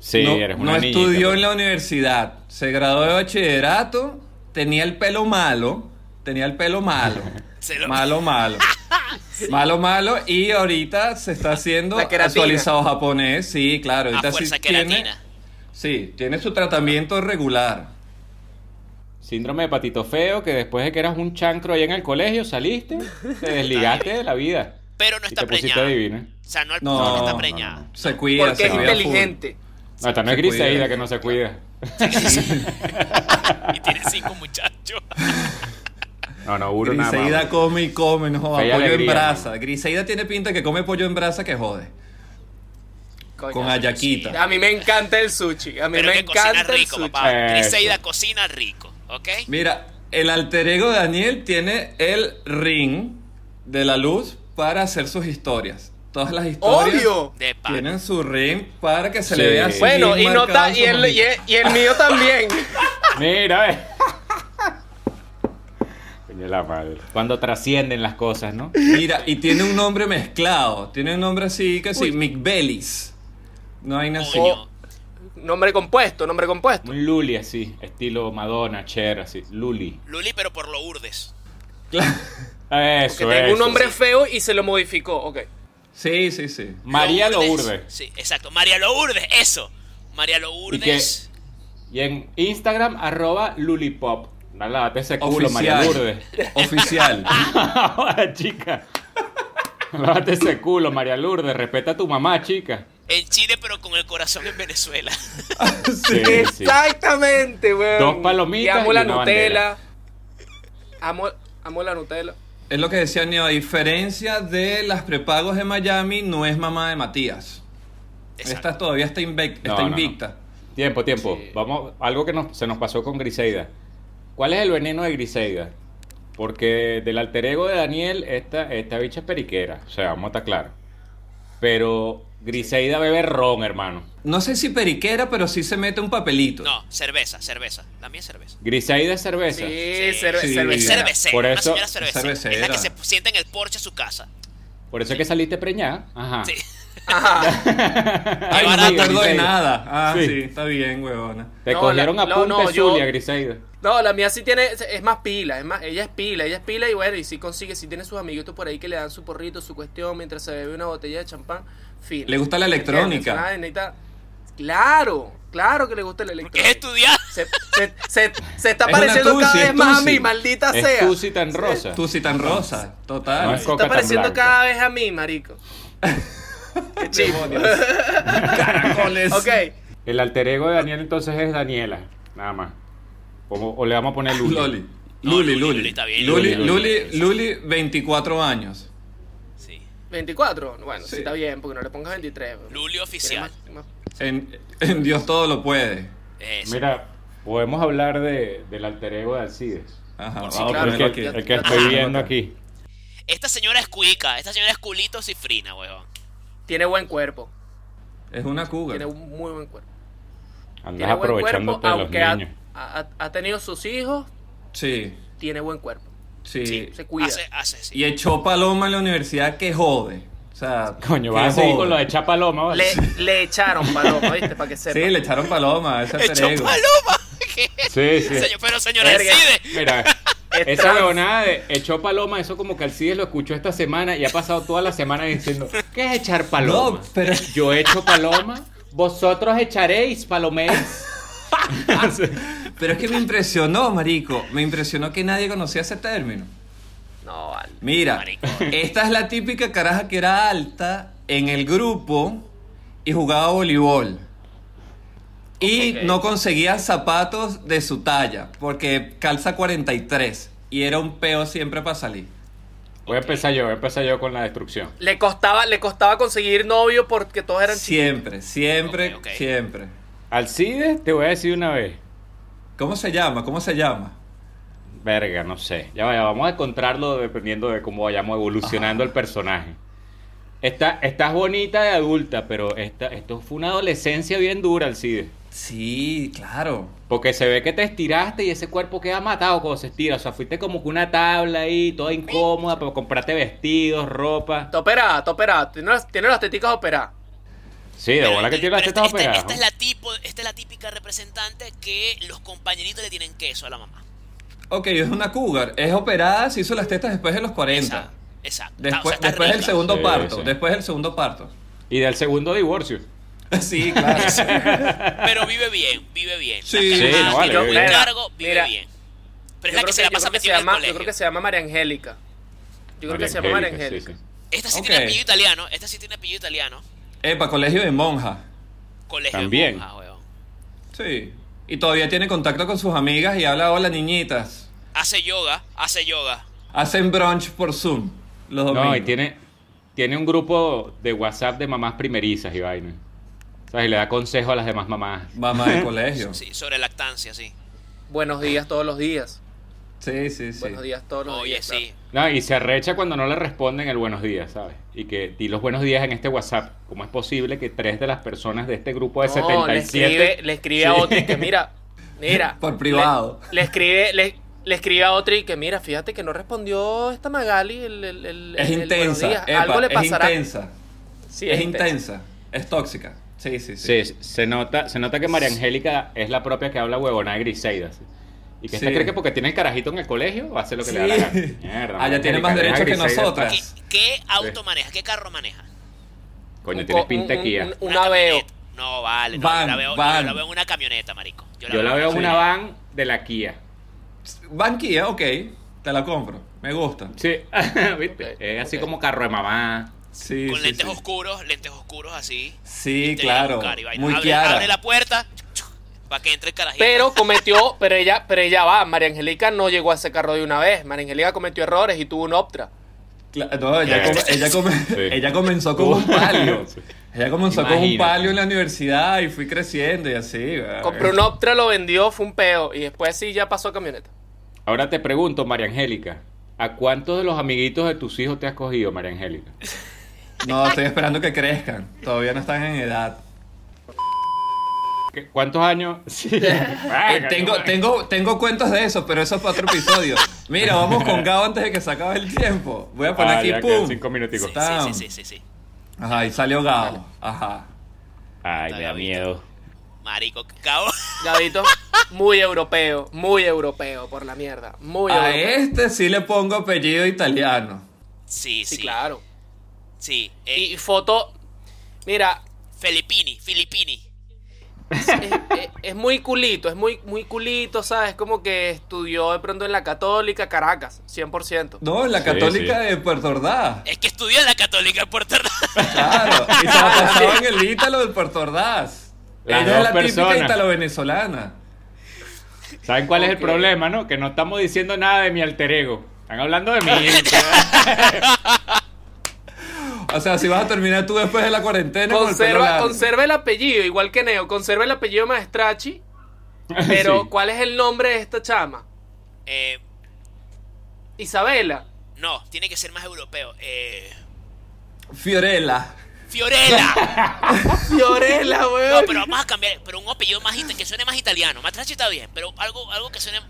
[SPEAKER 1] sí,
[SPEAKER 2] no
[SPEAKER 1] eres una
[SPEAKER 2] no
[SPEAKER 1] niñita,
[SPEAKER 2] estudió
[SPEAKER 1] pues.
[SPEAKER 2] en la universidad. Se graduó de bachillerato. Tenía el pelo malo. Tenía el pelo malo.
[SPEAKER 3] Se lo-
[SPEAKER 2] Malo, malo. Malo, malo. Y ahorita se está haciendo
[SPEAKER 4] La queratina.
[SPEAKER 2] actualizado japonés. Sí, claro. Ahorita
[SPEAKER 3] A
[SPEAKER 2] sí
[SPEAKER 3] fuerza
[SPEAKER 2] tiene,
[SPEAKER 3] queratina.
[SPEAKER 2] sí, tiene su tratamiento regular.
[SPEAKER 1] Síndrome de patito feo, que después de que eras un chancro ahí en el colegio, saliste, te desligaste de la vida.
[SPEAKER 3] Pero no
[SPEAKER 1] y
[SPEAKER 3] está
[SPEAKER 1] te pusiste
[SPEAKER 3] preñada.
[SPEAKER 1] divina.
[SPEAKER 3] O sea, no, al-
[SPEAKER 2] No,
[SPEAKER 3] no, no
[SPEAKER 2] no,
[SPEAKER 3] está
[SPEAKER 2] no,
[SPEAKER 3] preñada.
[SPEAKER 2] no. Se cuida.
[SPEAKER 4] porque
[SPEAKER 2] se
[SPEAKER 4] es
[SPEAKER 2] cuida full.
[SPEAKER 4] inteligente.
[SPEAKER 1] No, esta no es
[SPEAKER 2] Se cuida.
[SPEAKER 1] Griseida que no se cuida.
[SPEAKER 3] Y tiene cinco muchachos.
[SPEAKER 1] No, no, uno nada más.
[SPEAKER 2] Griseida come y come, no joda,
[SPEAKER 1] Fe y
[SPEAKER 2] pollo
[SPEAKER 1] alegría,
[SPEAKER 2] en brasa. Griseida tiene pinta que come pollo en brasa que jode.
[SPEAKER 4] Coño.
[SPEAKER 2] Con ayaquita.
[SPEAKER 4] A mí me encanta el sushi. A mí
[SPEAKER 3] Pero
[SPEAKER 4] me
[SPEAKER 3] que cocina
[SPEAKER 4] encanta el
[SPEAKER 3] rico,
[SPEAKER 4] sushi.
[SPEAKER 3] papá.
[SPEAKER 1] Eso.
[SPEAKER 3] Griseida cocina rico, ¿ok?
[SPEAKER 2] Mira, el alter ego de Daniel tiene el ring de la luz para hacer sus historias. Todas las historias
[SPEAKER 4] Obvio.
[SPEAKER 3] De pan.
[SPEAKER 2] tienen su ring para que se
[SPEAKER 1] Sí.
[SPEAKER 2] le vea así.
[SPEAKER 4] Bueno, y
[SPEAKER 2] bien
[SPEAKER 4] no
[SPEAKER 2] marcado
[SPEAKER 4] ta-
[SPEAKER 2] su
[SPEAKER 4] y el, y,
[SPEAKER 2] manito.
[SPEAKER 4] el, y el mío también.
[SPEAKER 1] Mira, eh. Coño de la madre. Cuando trascienden las cosas, ¿no?
[SPEAKER 2] Mira, y tiene un nombre mezclado. Tiene un nombre así que sí, McBellis. No hay así.
[SPEAKER 3] Coño.
[SPEAKER 4] nombre compuesto, nombre compuesto.
[SPEAKER 1] Un Luli así, estilo Madonna, Cher, así. Luli.
[SPEAKER 3] Luli, pero por lo urdes.
[SPEAKER 2] Claro.
[SPEAKER 4] Que
[SPEAKER 1] Eso,
[SPEAKER 4] tengo
[SPEAKER 1] eso.
[SPEAKER 4] un nombre feo y se lo modificó. Ok.
[SPEAKER 2] Sí, sí, sí.
[SPEAKER 1] María
[SPEAKER 3] Lourdes.
[SPEAKER 1] Lourdes.
[SPEAKER 3] Sí, exacto. María Lourdes, eso. María Lourdes.
[SPEAKER 1] Y en Instagram, arroba Lulipop. No, lávate ese culo,
[SPEAKER 2] Oficial.
[SPEAKER 1] María Lourdes.
[SPEAKER 2] Oficial.
[SPEAKER 1] Ahora, chica. Lávate ese culo, María Lourdes. Respeta a tu mamá, chica.
[SPEAKER 3] En Chile, pero con el corazón en Venezuela.
[SPEAKER 1] Sí, sí.
[SPEAKER 4] Exactamente, weón.
[SPEAKER 1] Dos palomitas
[SPEAKER 4] Y amo
[SPEAKER 1] y
[SPEAKER 4] la
[SPEAKER 1] una
[SPEAKER 4] Nutella.
[SPEAKER 1] bandera.
[SPEAKER 4] Amo, amo la Nutella.
[SPEAKER 2] Es lo que decía Neo, a diferencia de las prepagos de Miami, no es mamá de Matías.
[SPEAKER 3] Exacto.
[SPEAKER 2] Esta todavía está, invec-
[SPEAKER 1] No,
[SPEAKER 2] está
[SPEAKER 1] no, no.
[SPEAKER 2] invicta.
[SPEAKER 1] Tiempo, tiempo. Vamos, algo que nos- se nos pasó con Griseida. ¿Cuál es el veneno de Griseida? Porque del alter ego de Daniel, esta, esta bicha es periquera. O sea, vamos a estar claros. Pero Griseida bebe ron, hermano.
[SPEAKER 2] No sé si periquera, pero sí se mete un papelito.
[SPEAKER 3] No, cerveza, cerveza. La mía es cerveza.
[SPEAKER 1] Griseida es cerveza.
[SPEAKER 4] Sí,
[SPEAKER 3] Sí.
[SPEAKER 4] cerve-
[SPEAKER 2] Sí.
[SPEAKER 3] Es
[SPEAKER 4] cervecera.
[SPEAKER 3] cervecera.
[SPEAKER 1] Por
[SPEAKER 3] una
[SPEAKER 1] eso-
[SPEAKER 3] señora cervecera. Es la
[SPEAKER 2] cervecera.
[SPEAKER 3] que se sienta en el porche de su casa.
[SPEAKER 1] Por eso es que saliste preñada. Ajá.
[SPEAKER 3] Sí.
[SPEAKER 4] Ajá.
[SPEAKER 2] Ay, no me
[SPEAKER 3] barata,
[SPEAKER 2] acuerdo de
[SPEAKER 1] Griseida.
[SPEAKER 2] nada. Ah,
[SPEAKER 1] Sí.
[SPEAKER 2] sí. está bien, huevona.
[SPEAKER 1] Te
[SPEAKER 4] No,
[SPEAKER 1] cogieron
[SPEAKER 4] la-
[SPEAKER 1] a
[SPEAKER 4] no,
[SPEAKER 1] punta
[SPEAKER 4] no,
[SPEAKER 1] de
[SPEAKER 4] yo-
[SPEAKER 1] Zulia, Griseida.
[SPEAKER 4] No, la mía sí tiene, es- es más pila, es más, ella es pila, ella es pila y bueno, y sí consigue, sí tiene sus amiguitos por ahí que le dan su porrito, su cuestión, mientras se bebe una botella de champán, fin.
[SPEAKER 2] Le gusta la electrónica.
[SPEAKER 4] Claro, claro que le gusta la
[SPEAKER 3] ¿Qué es
[SPEAKER 4] electrónica.
[SPEAKER 3] estudiar?
[SPEAKER 4] Se, se, se, se está
[SPEAKER 2] Es una
[SPEAKER 4] pareciendo cada
[SPEAKER 2] tusi, es
[SPEAKER 4] vez más a
[SPEAKER 2] tusi.
[SPEAKER 4] mí, maldita
[SPEAKER 1] Es
[SPEAKER 4] sea.
[SPEAKER 1] Tusi tan rosa.
[SPEAKER 2] Tú sí tan rosa,
[SPEAKER 1] No
[SPEAKER 2] total.
[SPEAKER 1] es
[SPEAKER 4] Se
[SPEAKER 1] coca
[SPEAKER 4] está
[SPEAKER 1] tan
[SPEAKER 4] pareciendo
[SPEAKER 1] blanca.
[SPEAKER 4] cada vez a mí, marico. Qué chivo.
[SPEAKER 2] Caracoles.
[SPEAKER 4] ok,
[SPEAKER 1] El alter ego de Daniel entonces es Daniela. Nada más. O, o le vamos a poner Luli.
[SPEAKER 2] Loli.
[SPEAKER 3] No,
[SPEAKER 2] Luli,
[SPEAKER 3] Luli, Luli
[SPEAKER 2] Luli.
[SPEAKER 3] está bien,
[SPEAKER 2] Luli,
[SPEAKER 1] Luli,
[SPEAKER 2] Luli, Luli, 24 años.
[SPEAKER 3] Sí.
[SPEAKER 4] 24, bueno, sí.
[SPEAKER 2] Sí.
[SPEAKER 4] está bien, porque no le pongas 23. weón. Tiene
[SPEAKER 3] Lulio oficial.
[SPEAKER 4] más- más-
[SPEAKER 2] En, en Dios todo lo puede.
[SPEAKER 3] Eso.
[SPEAKER 1] Mira, podemos hablar de, del alter ego de Alcides.
[SPEAKER 2] Ajá,
[SPEAKER 3] Por
[SPEAKER 2] vamos
[SPEAKER 3] sí,
[SPEAKER 2] a
[SPEAKER 3] claro.
[SPEAKER 1] el
[SPEAKER 2] ponerlo
[SPEAKER 1] Ah, que,
[SPEAKER 2] aquí.
[SPEAKER 1] el que
[SPEAKER 4] ya-
[SPEAKER 1] estoy
[SPEAKER 4] ya-
[SPEAKER 1] viendo aquí.
[SPEAKER 3] Esta señora es cuica. Esta señora es culito cifrina, weón.
[SPEAKER 4] Tiene buen cuerpo.
[SPEAKER 2] Es una cuga.
[SPEAKER 4] Tiene un muy buen cuerpo.
[SPEAKER 1] Andas
[SPEAKER 4] Tiene buen cuerpo,
[SPEAKER 1] aprovechándote de los
[SPEAKER 4] aunque ha,
[SPEAKER 1] niños.
[SPEAKER 4] ha- ha tenido sus hijos,
[SPEAKER 2] Sí,
[SPEAKER 4] tiene buen cuerpo.
[SPEAKER 2] sí.
[SPEAKER 3] Sí.
[SPEAKER 4] Se cuida.
[SPEAKER 3] Hace, hace, sí.
[SPEAKER 2] Y echó paloma en la universidad que jode. O sea,
[SPEAKER 1] Coño,
[SPEAKER 2] que
[SPEAKER 1] vas a seguir
[SPEAKER 2] jode.
[SPEAKER 1] con lo de Chapaloma. ¿vale?
[SPEAKER 4] Le, le echaron paloma, ¿viste? Para que sepa.
[SPEAKER 2] Sí, le echaron paloma, ese alter
[SPEAKER 3] ¡Hecho
[SPEAKER 2] ego.
[SPEAKER 3] paloma! ¿Qué?
[SPEAKER 1] Sí, sí.
[SPEAKER 3] Señor- pero señora,
[SPEAKER 4] Verga.
[SPEAKER 3] decide.
[SPEAKER 1] Mira,
[SPEAKER 4] Es
[SPEAKER 1] Esa
[SPEAKER 4] trans.
[SPEAKER 1] leonada de echó paloma, eso como que Alcides E lo escuchó esta semana y ha pasado toda la semana diciendo, ¿qué es echar paloma?
[SPEAKER 2] No, pero-
[SPEAKER 1] Yo echo paloma, vosotros echaréis paloméis.
[SPEAKER 2] Pero es que me impresionó, marico. Me impresionó que nadie conocía ese término.
[SPEAKER 4] No, vale.
[SPEAKER 2] Mira,
[SPEAKER 3] Marico.
[SPEAKER 2] esta es la típica caraja que era alta en el grupo y jugaba voleibol. Y
[SPEAKER 4] Ok.
[SPEAKER 2] no conseguía zapatos de su talla, porque calza 43 y era un peo siempre para salir.
[SPEAKER 1] Voy a empezar yo, voy a empezar yo con la destrucción.
[SPEAKER 4] Le costaba, le costaba conseguir novio porque todos eran chicos.
[SPEAKER 2] Siempre, siempre,
[SPEAKER 3] Ok, ok.
[SPEAKER 2] siempre.
[SPEAKER 1] Alcides, E, te voy a decir una vez.
[SPEAKER 2] ¿Cómo se llama? ¿Cómo se llama?
[SPEAKER 1] Verga, no sé. Ya vaya, vamos a encontrarlo dependiendo de cómo vayamos evolucionando el personaje. Está, estás bonita de adulta, pero esta, esto fue una adolescencia bien dura, Alcides.
[SPEAKER 2] Sí, claro.
[SPEAKER 1] Porque se ve que te estiraste y ese cuerpo queda matado cuando se estira. O sea, fuiste como que una tabla ahí, toda incómoda, pero compraste vestidos, ropa.
[SPEAKER 4] Está operada, está operada. Tiene las, tiene las teticas operadas.
[SPEAKER 1] Sí, de
[SPEAKER 3] Pero
[SPEAKER 1] bola que
[SPEAKER 3] este-
[SPEAKER 1] tiene las
[SPEAKER 3] pero
[SPEAKER 1] tetas
[SPEAKER 3] este- este-
[SPEAKER 1] operadas.
[SPEAKER 3] Esta es, la tipo, esta es la típica representante que los compañeritos le tienen queso a la mamá.
[SPEAKER 2] Ok, es una cougar. Es operada, se hizo las tetas después de los 40.
[SPEAKER 3] Esa- Exacto. Está- Ah, o sea,
[SPEAKER 2] Después,
[SPEAKER 3] está
[SPEAKER 2] después del
[SPEAKER 3] rica.
[SPEAKER 2] segundo
[SPEAKER 1] Sí,
[SPEAKER 2] parto.
[SPEAKER 1] sí.
[SPEAKER 2] Después del segundo parto.
[SPEAKER 1] Y del segundo divorcio.
[SPEAKER 2] Sí, claro.
[SPEAKER 3] Pero vive bien, vive bien.
[SPEAKER 2] Sí.
[SPEAKER 3] La
[SPEAKER 2] Sí,
[SPEAKER 3] calma,
[SPEAKER 1] no vale,
[SPEAKER 3] tiene
[SPEAKER 1] vive
[SPEAKER 3] un
[SPEAKER 4] bien.
[SPEAKER 3] cargo, vive
[SPEAKER 4] Mira,
[SPEAKER 3] bien. Pero
[SPEAKER 4] Yo
[SPEAKER 3] es la
[SPEAKER 4] creo
[SPEAKER 3] que se la
[SPEAKER 4] yo creo que se
[SPEAKER 3] pasa metida en el
[SPEAKER 4] llama- Yo creo
[SPEAKER 3] colegio.
[SPEAKER 4] que se llama María Angélica. Yo creo que se llama María
[SPEAKER 1] Angélica, sí,
[SPEAKER 4] Angélica.
[SPEAKER 1] sí.
[SPEAKER 3] Esta sí
[SPEAKER 2] Ok.
[SPEAKER 3] tiene apellido italiano, esta sí tiene apellido italiano.
[SPEAKER 2] Epa, colegio de monja.
[SPEAKER 3] Colegio de
[SPEAKER 1] También.
[SPEAKER 3] monjas, weón.
[SPEAKER 2] Sí. Y todavía tiene contacto con sus amigas y habla hola niñitas.
[SPEAKER 3] Hace yoga, hace yoga.
[SPEAKER 2] Hacen brunch por Zoom los domingos.
[SPEAKER 1] No, y tiene, tiene un grupo de WhatsApp de mamás primerizas y vaina. ¿Sabes? Y le da consejo a las demás mamás.
[SPEAKER 2] Mamá de colegio. Sí,
[SPEAKER 3] Sí, sobre lactancia, sí.
[SPEAKER 4] Buenos días todos los días.
[SPEAKER 2] sí, sí.
[SPEAKER 4] Buenos días todos los
[SPEAKER 3] Oye,
[SPEAKER 4] días.
[SPEAKER 3] sí.
[SPEAKER 1] No, y se arrecha cuando no le responden el buenos días, ¿sabes? Y que di los buenos días en este WhatsApp. ¿Cómo es posible que tres de las personas de este grupo de
[SPEAKER 4] No,
[SPEAKER 1] 77...
[SPEAKER 4] Le escribe, le escribe a
[SPEAKER 1] Sí.
[SPEAKER 4] Otri que mira, mira.
[SPEAKER 2] Por privado.
[SPEAKER 4] Le, le escribe, le, le escribe a Otri que mira, fíjate que no respondió esta Magali. El, el- el-
[SPEAKER 2] Es
[SPEAKER 4] el- el buenos
[SPEAKER 2] intensa.
[SPEAKER 4] días.
[SPEAKER 2] epa,
[SPEAKER 4] Algo le pasará.
[SPEAKER 2] Es intensa.
[SPEAKER 4] Sí,
[SPEAKER 2] es intensa. Es tóxica. Sí, sí, sí.
[SPEAKER 1] Sí, se nota, se nota que María Angélica es la propia que habla huevona de Griseida. ¿sí? Y que esta
[SPEAKER 2] Sí.
[SPEAKER 1] cree que porque tiene el carajito en el colegio va a hacer lo que le da la
[SPEAKER 2] Sí.
[SPEAKER 1] gana. Mierda,
[SPEAKER 2] Ah,
[SPEAKER 1] María
[SPEAKER 2] ya tiene
[SPEAKER 1] Angélica,
[SPEAKER 2] más
[SPEAKER 1] deja
[SPEAKER 2] derechos que
[SPEAKER 1] Griseida en paz.
[SPEAKER 2] nosotras.
[SPEAKER 3] ¿Qué, qué auto maneja? ¿Qué carro maneja?
[SPEAKER 1] Coño,
[SPEAKER 4] Un
[SPEAKER 1] tienes
[SPEAKER 4] co-
[SPEAKER 1] pinta ¿ah?
[SPEAKER 4] un-
[SPEAKER 1] de Kia.
[SPEAKER 4] un- Una
[SPEAKER 3] camioneta.
[SPEAKER 4] veo.
[SPEAKER 3] No, vale. No,
[SPEAKER 2] Van,
[SPEAKER 3] yo, la veo,
[SPEAKER 2] van.
[SPEAKER 3] yo la veo en una camioneta, marico.
[SPEAKER 1] Yo la veo
[SPEAKER 3] en
[SPEAKER 1] una van de la Kia.
[SPEAKER 2] Banquilla, eh, ok. Te la compro. Me gusta.
[SPEAKER 1] Sí, ¿viste?
[SPEAKER 4] Ok,
[SPEAKER 1] es así
[SPEAKER 4] ok.
[SPEAKER 1] como carro de mamá.
[SPEAKER 2] Sí,
[SPEAKER 3] Con
[SPEAKER 2] sí,
[SPEAKER 3] lentes
[SPEAKER 2] sí.
[SPEAKER 3] oscuros, lentes oscuros así.
[SPEAKER 2] Sí,
[SPEAKER 3] Te voy a
[SPEAKER 2] claro.
[SPEAKER 3] buscar y vaina.
[SPEAKER 2] Muy
[SPEAKER 3] abre,
[SPEAKER 2] clara.
[SPEAKER 3] abre la puerta para que entre el carajito.
[SPEAKER 4] Pero cometió, pero ella, pero ella va. María Angélica no llegó a ese carro de una vez. María Angélica cometió errores y tuvo un Optra.
[SPEAKER 2] Cla- No, ella, com- ella, com- ella comenzó con un palio.
[SPEAKER 1] Sí.
[SPEAKER 2] Ella comenzó con un
[SPEAKER 1] Imagínate.
[SPEAKER 2] palio en la universidad y fui creciendo y así. ¿verdad?
[SPEAKER 4] Compró un Optra, lo vendió, fue un peo. Y después sí ya pasó a camioneta.
[SPEAKER 1] Ahora te pregunto, María Angélica, ¿a cuántos de los amiguitos de tus hijos te has cogido, María Angélica?
[SPEAKER 2] No, estoy esperando que crezcan. Todavía no están en edad.
[SPEAKER 1] ¿Qué- ¿Cuántos años? Sí. Ah,
[SPEAKER 2] Eh, tengo, tengo, tengo cuentos de eso, pero eso es para otro episodio. Mira, vamos con Gabo antes de que se acabe el tiempo. Voy a poner
[SPEAKER 1] Ah,
[SPEAKER 2] aquí,
[SPEAKER 1] ya quedan
[SPEAKER 2] pum.
[SPEAKER 1] cinco
[SPEAKER 3] sí,
[SPEAKER 1] minuticos.
[SPEAKER 3] sí, sí, sí, sí, sí.
[SPEAKER 2] Ajá, y salió Gabo. Ajá.
[SPEAKER 1] Ay, me da
[SPEAKER 3] Gabito.
[SPEAKER 1] miedo.
[SPEAKER 3] Marico, cabo.
[SPEAKER 4] Gabito, muy europeo, muy europeo, por la mierda. Muy
[SPEAKER 2] A
[SPEAKER 4] europeo.
[SPEAKER 2] este sí le pongo apellido italiano.
[SPEAKER 3] Sí, sí.
[SPEAKER 4] Sí, claro.
[SPEAKER 3] Sí. eh,
[SPEAKER 4] Y foto, mira,
[SPEAKER 3] Filippini, Filippini.
[SPEAKER 4] es, es- es muy culito, es muy, muy culito, ¿sabes? Como que estudió de pronto en la Católica, Caracas, 100%.
[SPEAKER 2] No, la
[SPEAKER 1] Sí,
[SPEAKER 2] católica
[SPEAKER 1] sí.
[SPEAKER 2] de Puerto Ordaz.
[SPEAKER 3] Es que estudió en la Católica en Puerto Rico.
[SPEAKER 2] Claro, y se la pasaba en el Ítalo del Puerto Ordaz.
[SPEAKER 1] Ah, Las
[SPEAKER 2] Ella es
[SPEAKER 1] dos
[SPEAKER 2] la típica
[SPEAKER 1] personas.
[SPEAKER 2] ítalo-venezolana.
[SPEAKER 1] ¿Saben cuál es el
[SPEAKER 4] Ok.
[SPEAKER 1] problema, no? Que no estamos diciendo nada de mi alter ego. Están hablando de mí.
[SPEAKER 2] O sea, si vas a terminar tú después de la cuarentena con el pelo
[SPEAKER 4] Conserva,
[SPEAKER 2] largo.
[SPEAKER 4] conserva el apellido, igual que Neo, conserva el apellido Maestrachi, pero
[SPEAKER 1] Sí.
[SPEAKER 4] ¿cuál es el nombre de esta chama?
[SPEAKER 3] Eh,
[SPEAKER 4] Isabela.
[SPEAKER 3] no, tiene que ser más europeo. Eh,
[SPEAKER 2] Fiorella.
[SPEAKER 3] Fiorella.
[SPEAKER 4] Fiorella,
[SPEAKER 3] No,
[SPEAKER 4] weón.
[SPEAKER 3] pero vamos a cambiar. Pero un apellido más ita- que suene más italiano. Matrachi está bien, pero algo, algo que suene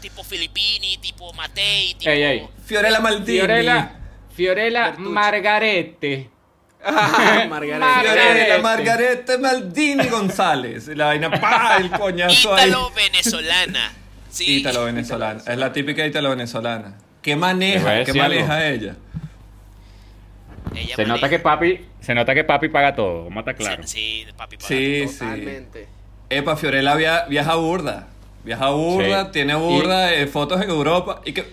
[SPEAKER 3] tipo Filippini, tipo Matei, tipo.
[SPEAKER 1] Ey, ey.
[SPEAKER 2] Fiorella Maldini.
[SPEAKER 1] Fiorella, Fiorella
[SPEAKER 4] Bertucci.
[SPEAKER 1] Margarete.
[SPEAKER 4] Ah,
[SPEAKER 1] Margarete.
[SPEAKER 2] Fiorella Margarete Maldini González. Y La vaina, pa, el coñazo ahí.
[SPEAKER 3] Ítalo venezolana. Sí.
[SPEAKER 2] Ítalo-venezolana. Es la típica ítalo-venezolana. ¿Qué
[SPEAKER 1] Les voy a
[SPEAKER 2] maneja? ¿Qué
[SPEAKER 1] decir algo.
[SPEAKER 2] maneja ella?
[SPEAKER 3] Ella
[SPEAKER 1] Se nota
[SPEAKER 3] maneja-
[SPEAKER 1] que papi, se nota que papi paga todo, vamos a estar claro.
[SPEAKER 3] Sí, sí, papi, papi.
[SPEAKER 2] Sí, sí.
[SPEAKER 4] Totalmente.
[SPEAKER 2] Epa, Fiorella via- viaja burda. Viaja burda,
[SPEAKER 1] Sí.
[SPEAKER 2] tiene burda eh, fotos en Europa. Y que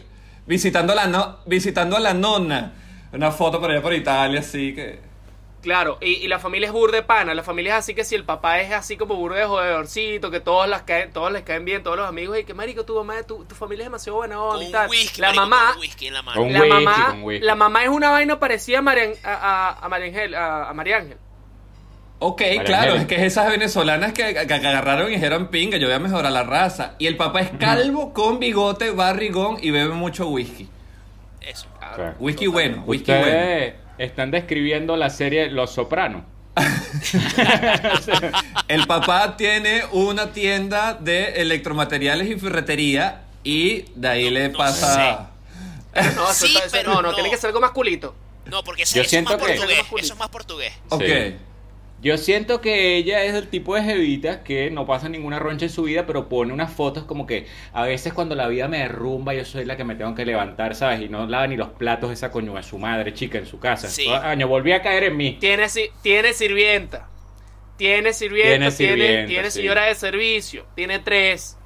[SPEAKER 2] visitando a la, no- visitando a la nonna. Una foto por allá por Italia, así que.
[SPEAKER 4] Claro, y, y la familia es burde pana, la familia es así que si el papá es así como burde de jodedorcito, que todos, las caen, todos les caen bien, todos los amigos, y que marico, tu mamá, tu, tu familia es demasiado buena
[SPEAKER 3] Con
[SPEAKER 4] onda y
[SPEAKER 3] un
[SPEAKER 4] tal.
[SPEAKER 3] whisky,
[SPEAKER 4] la
[SPEAKER 3] marico, con
[SPEAKER 4] mamá,
[SPEAKER 3] un whisky en la
[SPEAKER 1] Con
[SPEAKER 3] mano.
[SPEAKER 1] un
[SPEAKER 4] la
[SPEAKER 1] whisky,
[SPEAKER 4] mamá,
[SPEAKER 1] con whisky.
[SPEAKER 4] la mamá es una vaina parecida a María, a, a, a María Angel- a, a María Ángel.
[SPEAKER 2] Ok,
[SPEAKER 1] María
[SPEAKER 2] claro,
[SPEAKER 1] Angélica.
[SPEAKER 2] es que es esas venezolanas que, que- que agarraron y dijeron pinga, yo voy a mejorar la raza. Y el papá es calvo, con bigote, barrigón y bebe mucho whisky.
[SPEAKER 3] Eso.
[SPEAKER 1] Claro.
[SPEAKER 2] Whisky bueno, whisky bueno.
[SPEAKER 1] Ustedes están describiendo la serie Los Sopranos.
[SPEAKER 2] El papá tiene una tienda de electromateriales y ferretería y de ahí le
[SPEAKER 3] no
[SPEAKER 2] pasa...
[SPEAKER 4] No, eso-
[SPEAKER 3] Sí,
[SPEAKER 4] eso-
[SPEAKER 3] pero
[SPEAKER 4] no, no,
[SPEAKER 3] no.
[SPEAKER 4] tiene que ser algo más culito.
[SPEAKER 3] No, porque ese-
[SPEAKER 1] Yo
[SPEAKER 3] eso es más
[SPEAKER 1] siento que-
[SPEAKER 3] portugués. Eso es más portugués.
[SPEAKER 2] Ok.
[SPEAKER 1] Sí. Yo siento que ella es el tipo de jevita que no pasa ninguna roncha en su vida, pero pone unas fotos como que a veces cuando la vida me derrumba, yo soy la que me tengo que levantar, ¿sabes? Y no lava ni los platos esa coño de su madre, chica, en su casa.
[SPEAKER 3] Sí.
[SPEAKER 1] Todo Año, volví a caer en mí.
[SPEAKER 4] Tiene, si- tiene sirvienta, tiene sirvienta, tiene,
[SPEAKER 1] Tiene sirvienta,
[SPEAKER 4] tiene
[SPEAKER 1] sí.
[SPEAKER 4] señora de servicio, tiene tres,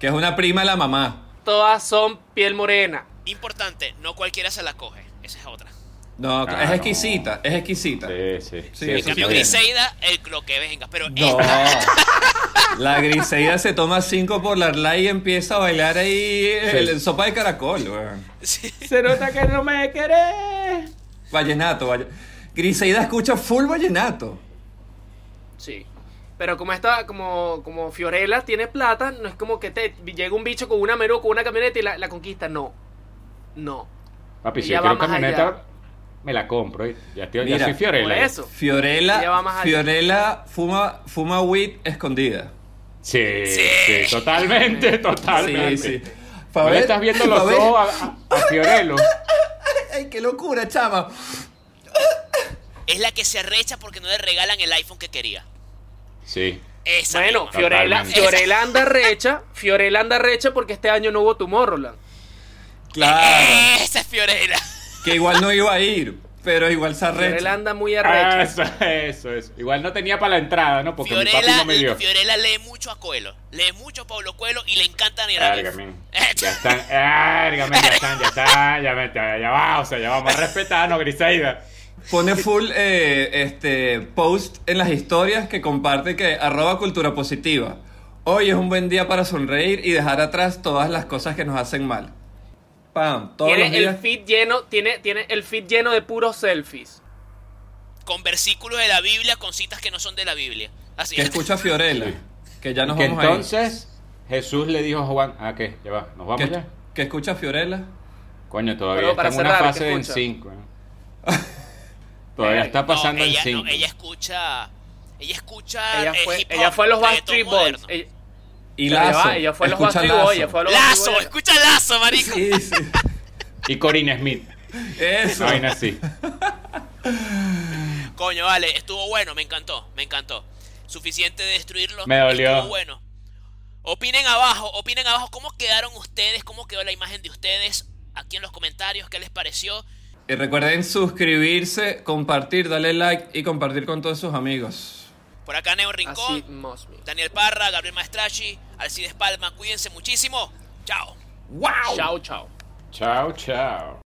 [SPEAKER 2] Que es una prima de la mamá.
[SPEAKER 4] todas son piel morena.
[SPEAKER 3] Importante, no cualquiera se la coge. Esa es otra.
[SPEAKER 2] No,
[SPEAKER 1] Ah,
[SPEAKER 2] es
[SPEAKER 1] no.
[SPEAKER 2] exquisita, es exquisita.
[SPEAKER 1] Sí, sí.
[SPEAKER 2] Sí,
[SPEAKER 3] En
[SPEAKER 2] eso
[SPEAKER 3] cambio,
[SPEAKER 2] sí viene.
[SPEAKER 3] Griseida, el, lo que venga. Pero
[SPEAKER 2] No.
[SPEAKER 3] esta,
[SPEAKER 2] La Griseida se toma cinco por la RLA y empieza a bailar ahí eh, el,
[SPEAKER 1] Sí.
[SPEAKER 2] el sopa de caracol, weón.
[SPEAKER 1] Se nota que no me querés.
[SPEAKER 2] Vallenato, valle- Griseida escucha full vallenato.
[SPEAKER 4] Sí. Pero como esta, como, como Fiorella tiene plata, no es como que te llega un bicho con una meru, con una camioneta y la, la conquista. No. No.
[SPEAKER 1] Papi, si
[SPEAKER 4] Ella
[SPEAKER 1] yo
[SPEAKER 4] va
[SPEAKER 1] quiero
[SPEAKER 4] más
[SPEAKER 1] camioneta,
[SPEAKER 4] allá.
[SPEAKER 1] me la compro. ¿eh? Ya, tío,
[SPEAKER 2] Mira,
[SPEAKER 1] ya soy Fiorella.
[SPEAKER 4] Por eso. Ella va
[SPEAKER 2] Fiorella,
[SPEAKER 4] más allá.
[SPEAKER 2] Fiorella fuma, fuma weed escondida.
[SPEAKER 1] Sí,
[SPEAKER 3] Sí.
[SPEAKER 1] sí, totalmente, totalmente.
[SPEAKER 2] Sí, sí. Pa'
[SPEAKER 1] ¿No le
[SPEAKER 2] ver-
[SPEAKER 1] estás viendo
[SPEAKER 2] pa'
[SPEAKER 1] los
[SPEAKER 2] ver-
[SPEAKER 1] ojos a, a- a Fiorello?
[SPEAKER 2] Ay, qué locura, chama.
[SPEAKER 3] es la que se arrecha porque no le regalan el iPhone que quería.
[SPEAKER 1] Sí.
[SPEAKER 3] Esa
[SPEAKER 4] Bueno,
[SPEAKER 3] misma.
[SPEAKER 4] Fiorella,
[SPEAKER 1] Totalmente.
[SPEAKER 4] Fiorella anda recha. Fiorella anda recha porque este año no hubo Tomorrowland.
[SPEAKER 2] Claro.
[SPEAKER 3] Esa es Fiorella.
[SPEAKER 2] Que igual no iba a ir, pero igual se
[SPEAKER 4] Fiorella
[SPEAKER 2] arrecha.
[SPEAKER 4] anda muy
[SPEAKER 1] Ah,
[SPEAKER 4] arrecha.
[SPEAKER 1] eso, eso, eso. Igual no tenía para la entrada, ¿no? Porque mi papi
[SPEAKER 3] Fiorella,
[SPEAKER 1] no me dio.
[SPEAKER 3] Fiorella lee mucho a Coelho. Lee mucho a Pablo Coelho y le encanta a
[SPEAKER 1] Verga, men. Ya están, verga, men, ya están, ya están, ya, me- ya, ya va, o sea, ya vamos a respetarnos, Griseida.
[SPEAKER 2] Pone full eh, este post en las historias que comparte que arroba cultura positiva. Hoy es un buen día para sonreír y dejar atrás todas las cosas que nos hacen mal. Pam, todos los
[SPEAKER 4] Tiene el
[SPEAKER 2] días.
[SPEAKER 4] feed lleno, tiene, tiene el feed lleno de puros selfies.
[SPEAKER 3] Con versículos de la Biblia, con citas que no son de la Biblia. Así
[SPEAKER 2] Que escucha Fiorella. Que ya nos
[SPEAKER 1] que
[SPEAKER 2] vamos a ir.
[SPEAKER 1] entonces Jesús le dijo a Juan, ah, ¿qué? Ya va, ¿nos vamos
[SPEAKER 2] Que,
[SPEAKER 1] ya?
[SPEAKER 2] que escucha Fiorella.
[SPEAKER 1] Coño, todavía
[SPEAKER 4] Pero
[SPEAKER 1] está
[SPEAKER 4] para
[SPEAKER 1] en
[SPEAKER 4] cerrar,
[SPEAKER 1] una fase
[SPEAKER 4] ¿qué
[SPEAKER 1] de en
[SPEAKER 4] escucha?
[SPEAKER 1] 5. Todavía está
[SPEAKER 3] No,
[SPEAKER 1] pasando
[SPEAKER 3] ella,
[SPEAKER 1] en
[SPEAKER 3] no,
[SPEAKER 1] 5.
[SPEAKER 3] ella escucha. Ella escucha.
[SPEAKER 4] Ella
[SPEAKER 3] eh,
[SPEAKER 4] fue,
[SPEAKER 3] hip hop,
[SPEAKER 4] ella fue a los
[SPEAKER 3] reggaetón
[SPEAKER 4] Backstreet Boys.
[SPEAKER 3] moderno.
[SPEAKER 4] Ella,
[SPEAKER 2] Y
[SPEAKER 4] pero ya
[SPEAKER 2] Lazo.
[SPEAKER 4] va, ella fue a los
[SPEAKER 2] escucha
[SPEAKER 4] Backstreet Boys. ella
[SPEAKER 2] Lazo.
[SPEAKER 4] fue a los Backstreet
[SPEAKER 3] Lazo,
[SPEAKER 4] Boys.
[SPEAKER 3] escucha Lazo, marico.
[SPEAKER 2] Sí, sí.
[SPEAKER 1] Y Corinne Smith.
[SPEAKER 2] Eso.
[SPEAKER 1] No, así.
[SPEAKER 3] Coño, vale, estuvo bueno, me encantó, me encantó. Suficiente de destruirlo.
[SPEAKER 1] Me dolió.
[SPEAKER 3] Estuvo bueno. Opinen abajo, opinen abajo cómo quedaron ustedes, cómo quedó la imagen de ustedes aquí en los comentarios, qué les pareció.
[SPEAKER 2] Y recuerden suscribirse, compartir, darle like y compartir con todos sus amigos.
[SPEAKER 3] Por acá Neo Rincón,
[SPEAKER 4] Así, must be.
[SPEAKER 3] Daniel Parra, Gabriel Maestrachi, Alcides Palma, cuídense muchísimo. Chao.
[SPEAKER 2] ¡Wow!
[SPEAKER 4] Chao, chao.
[SPEAKER 1] Chao, chao.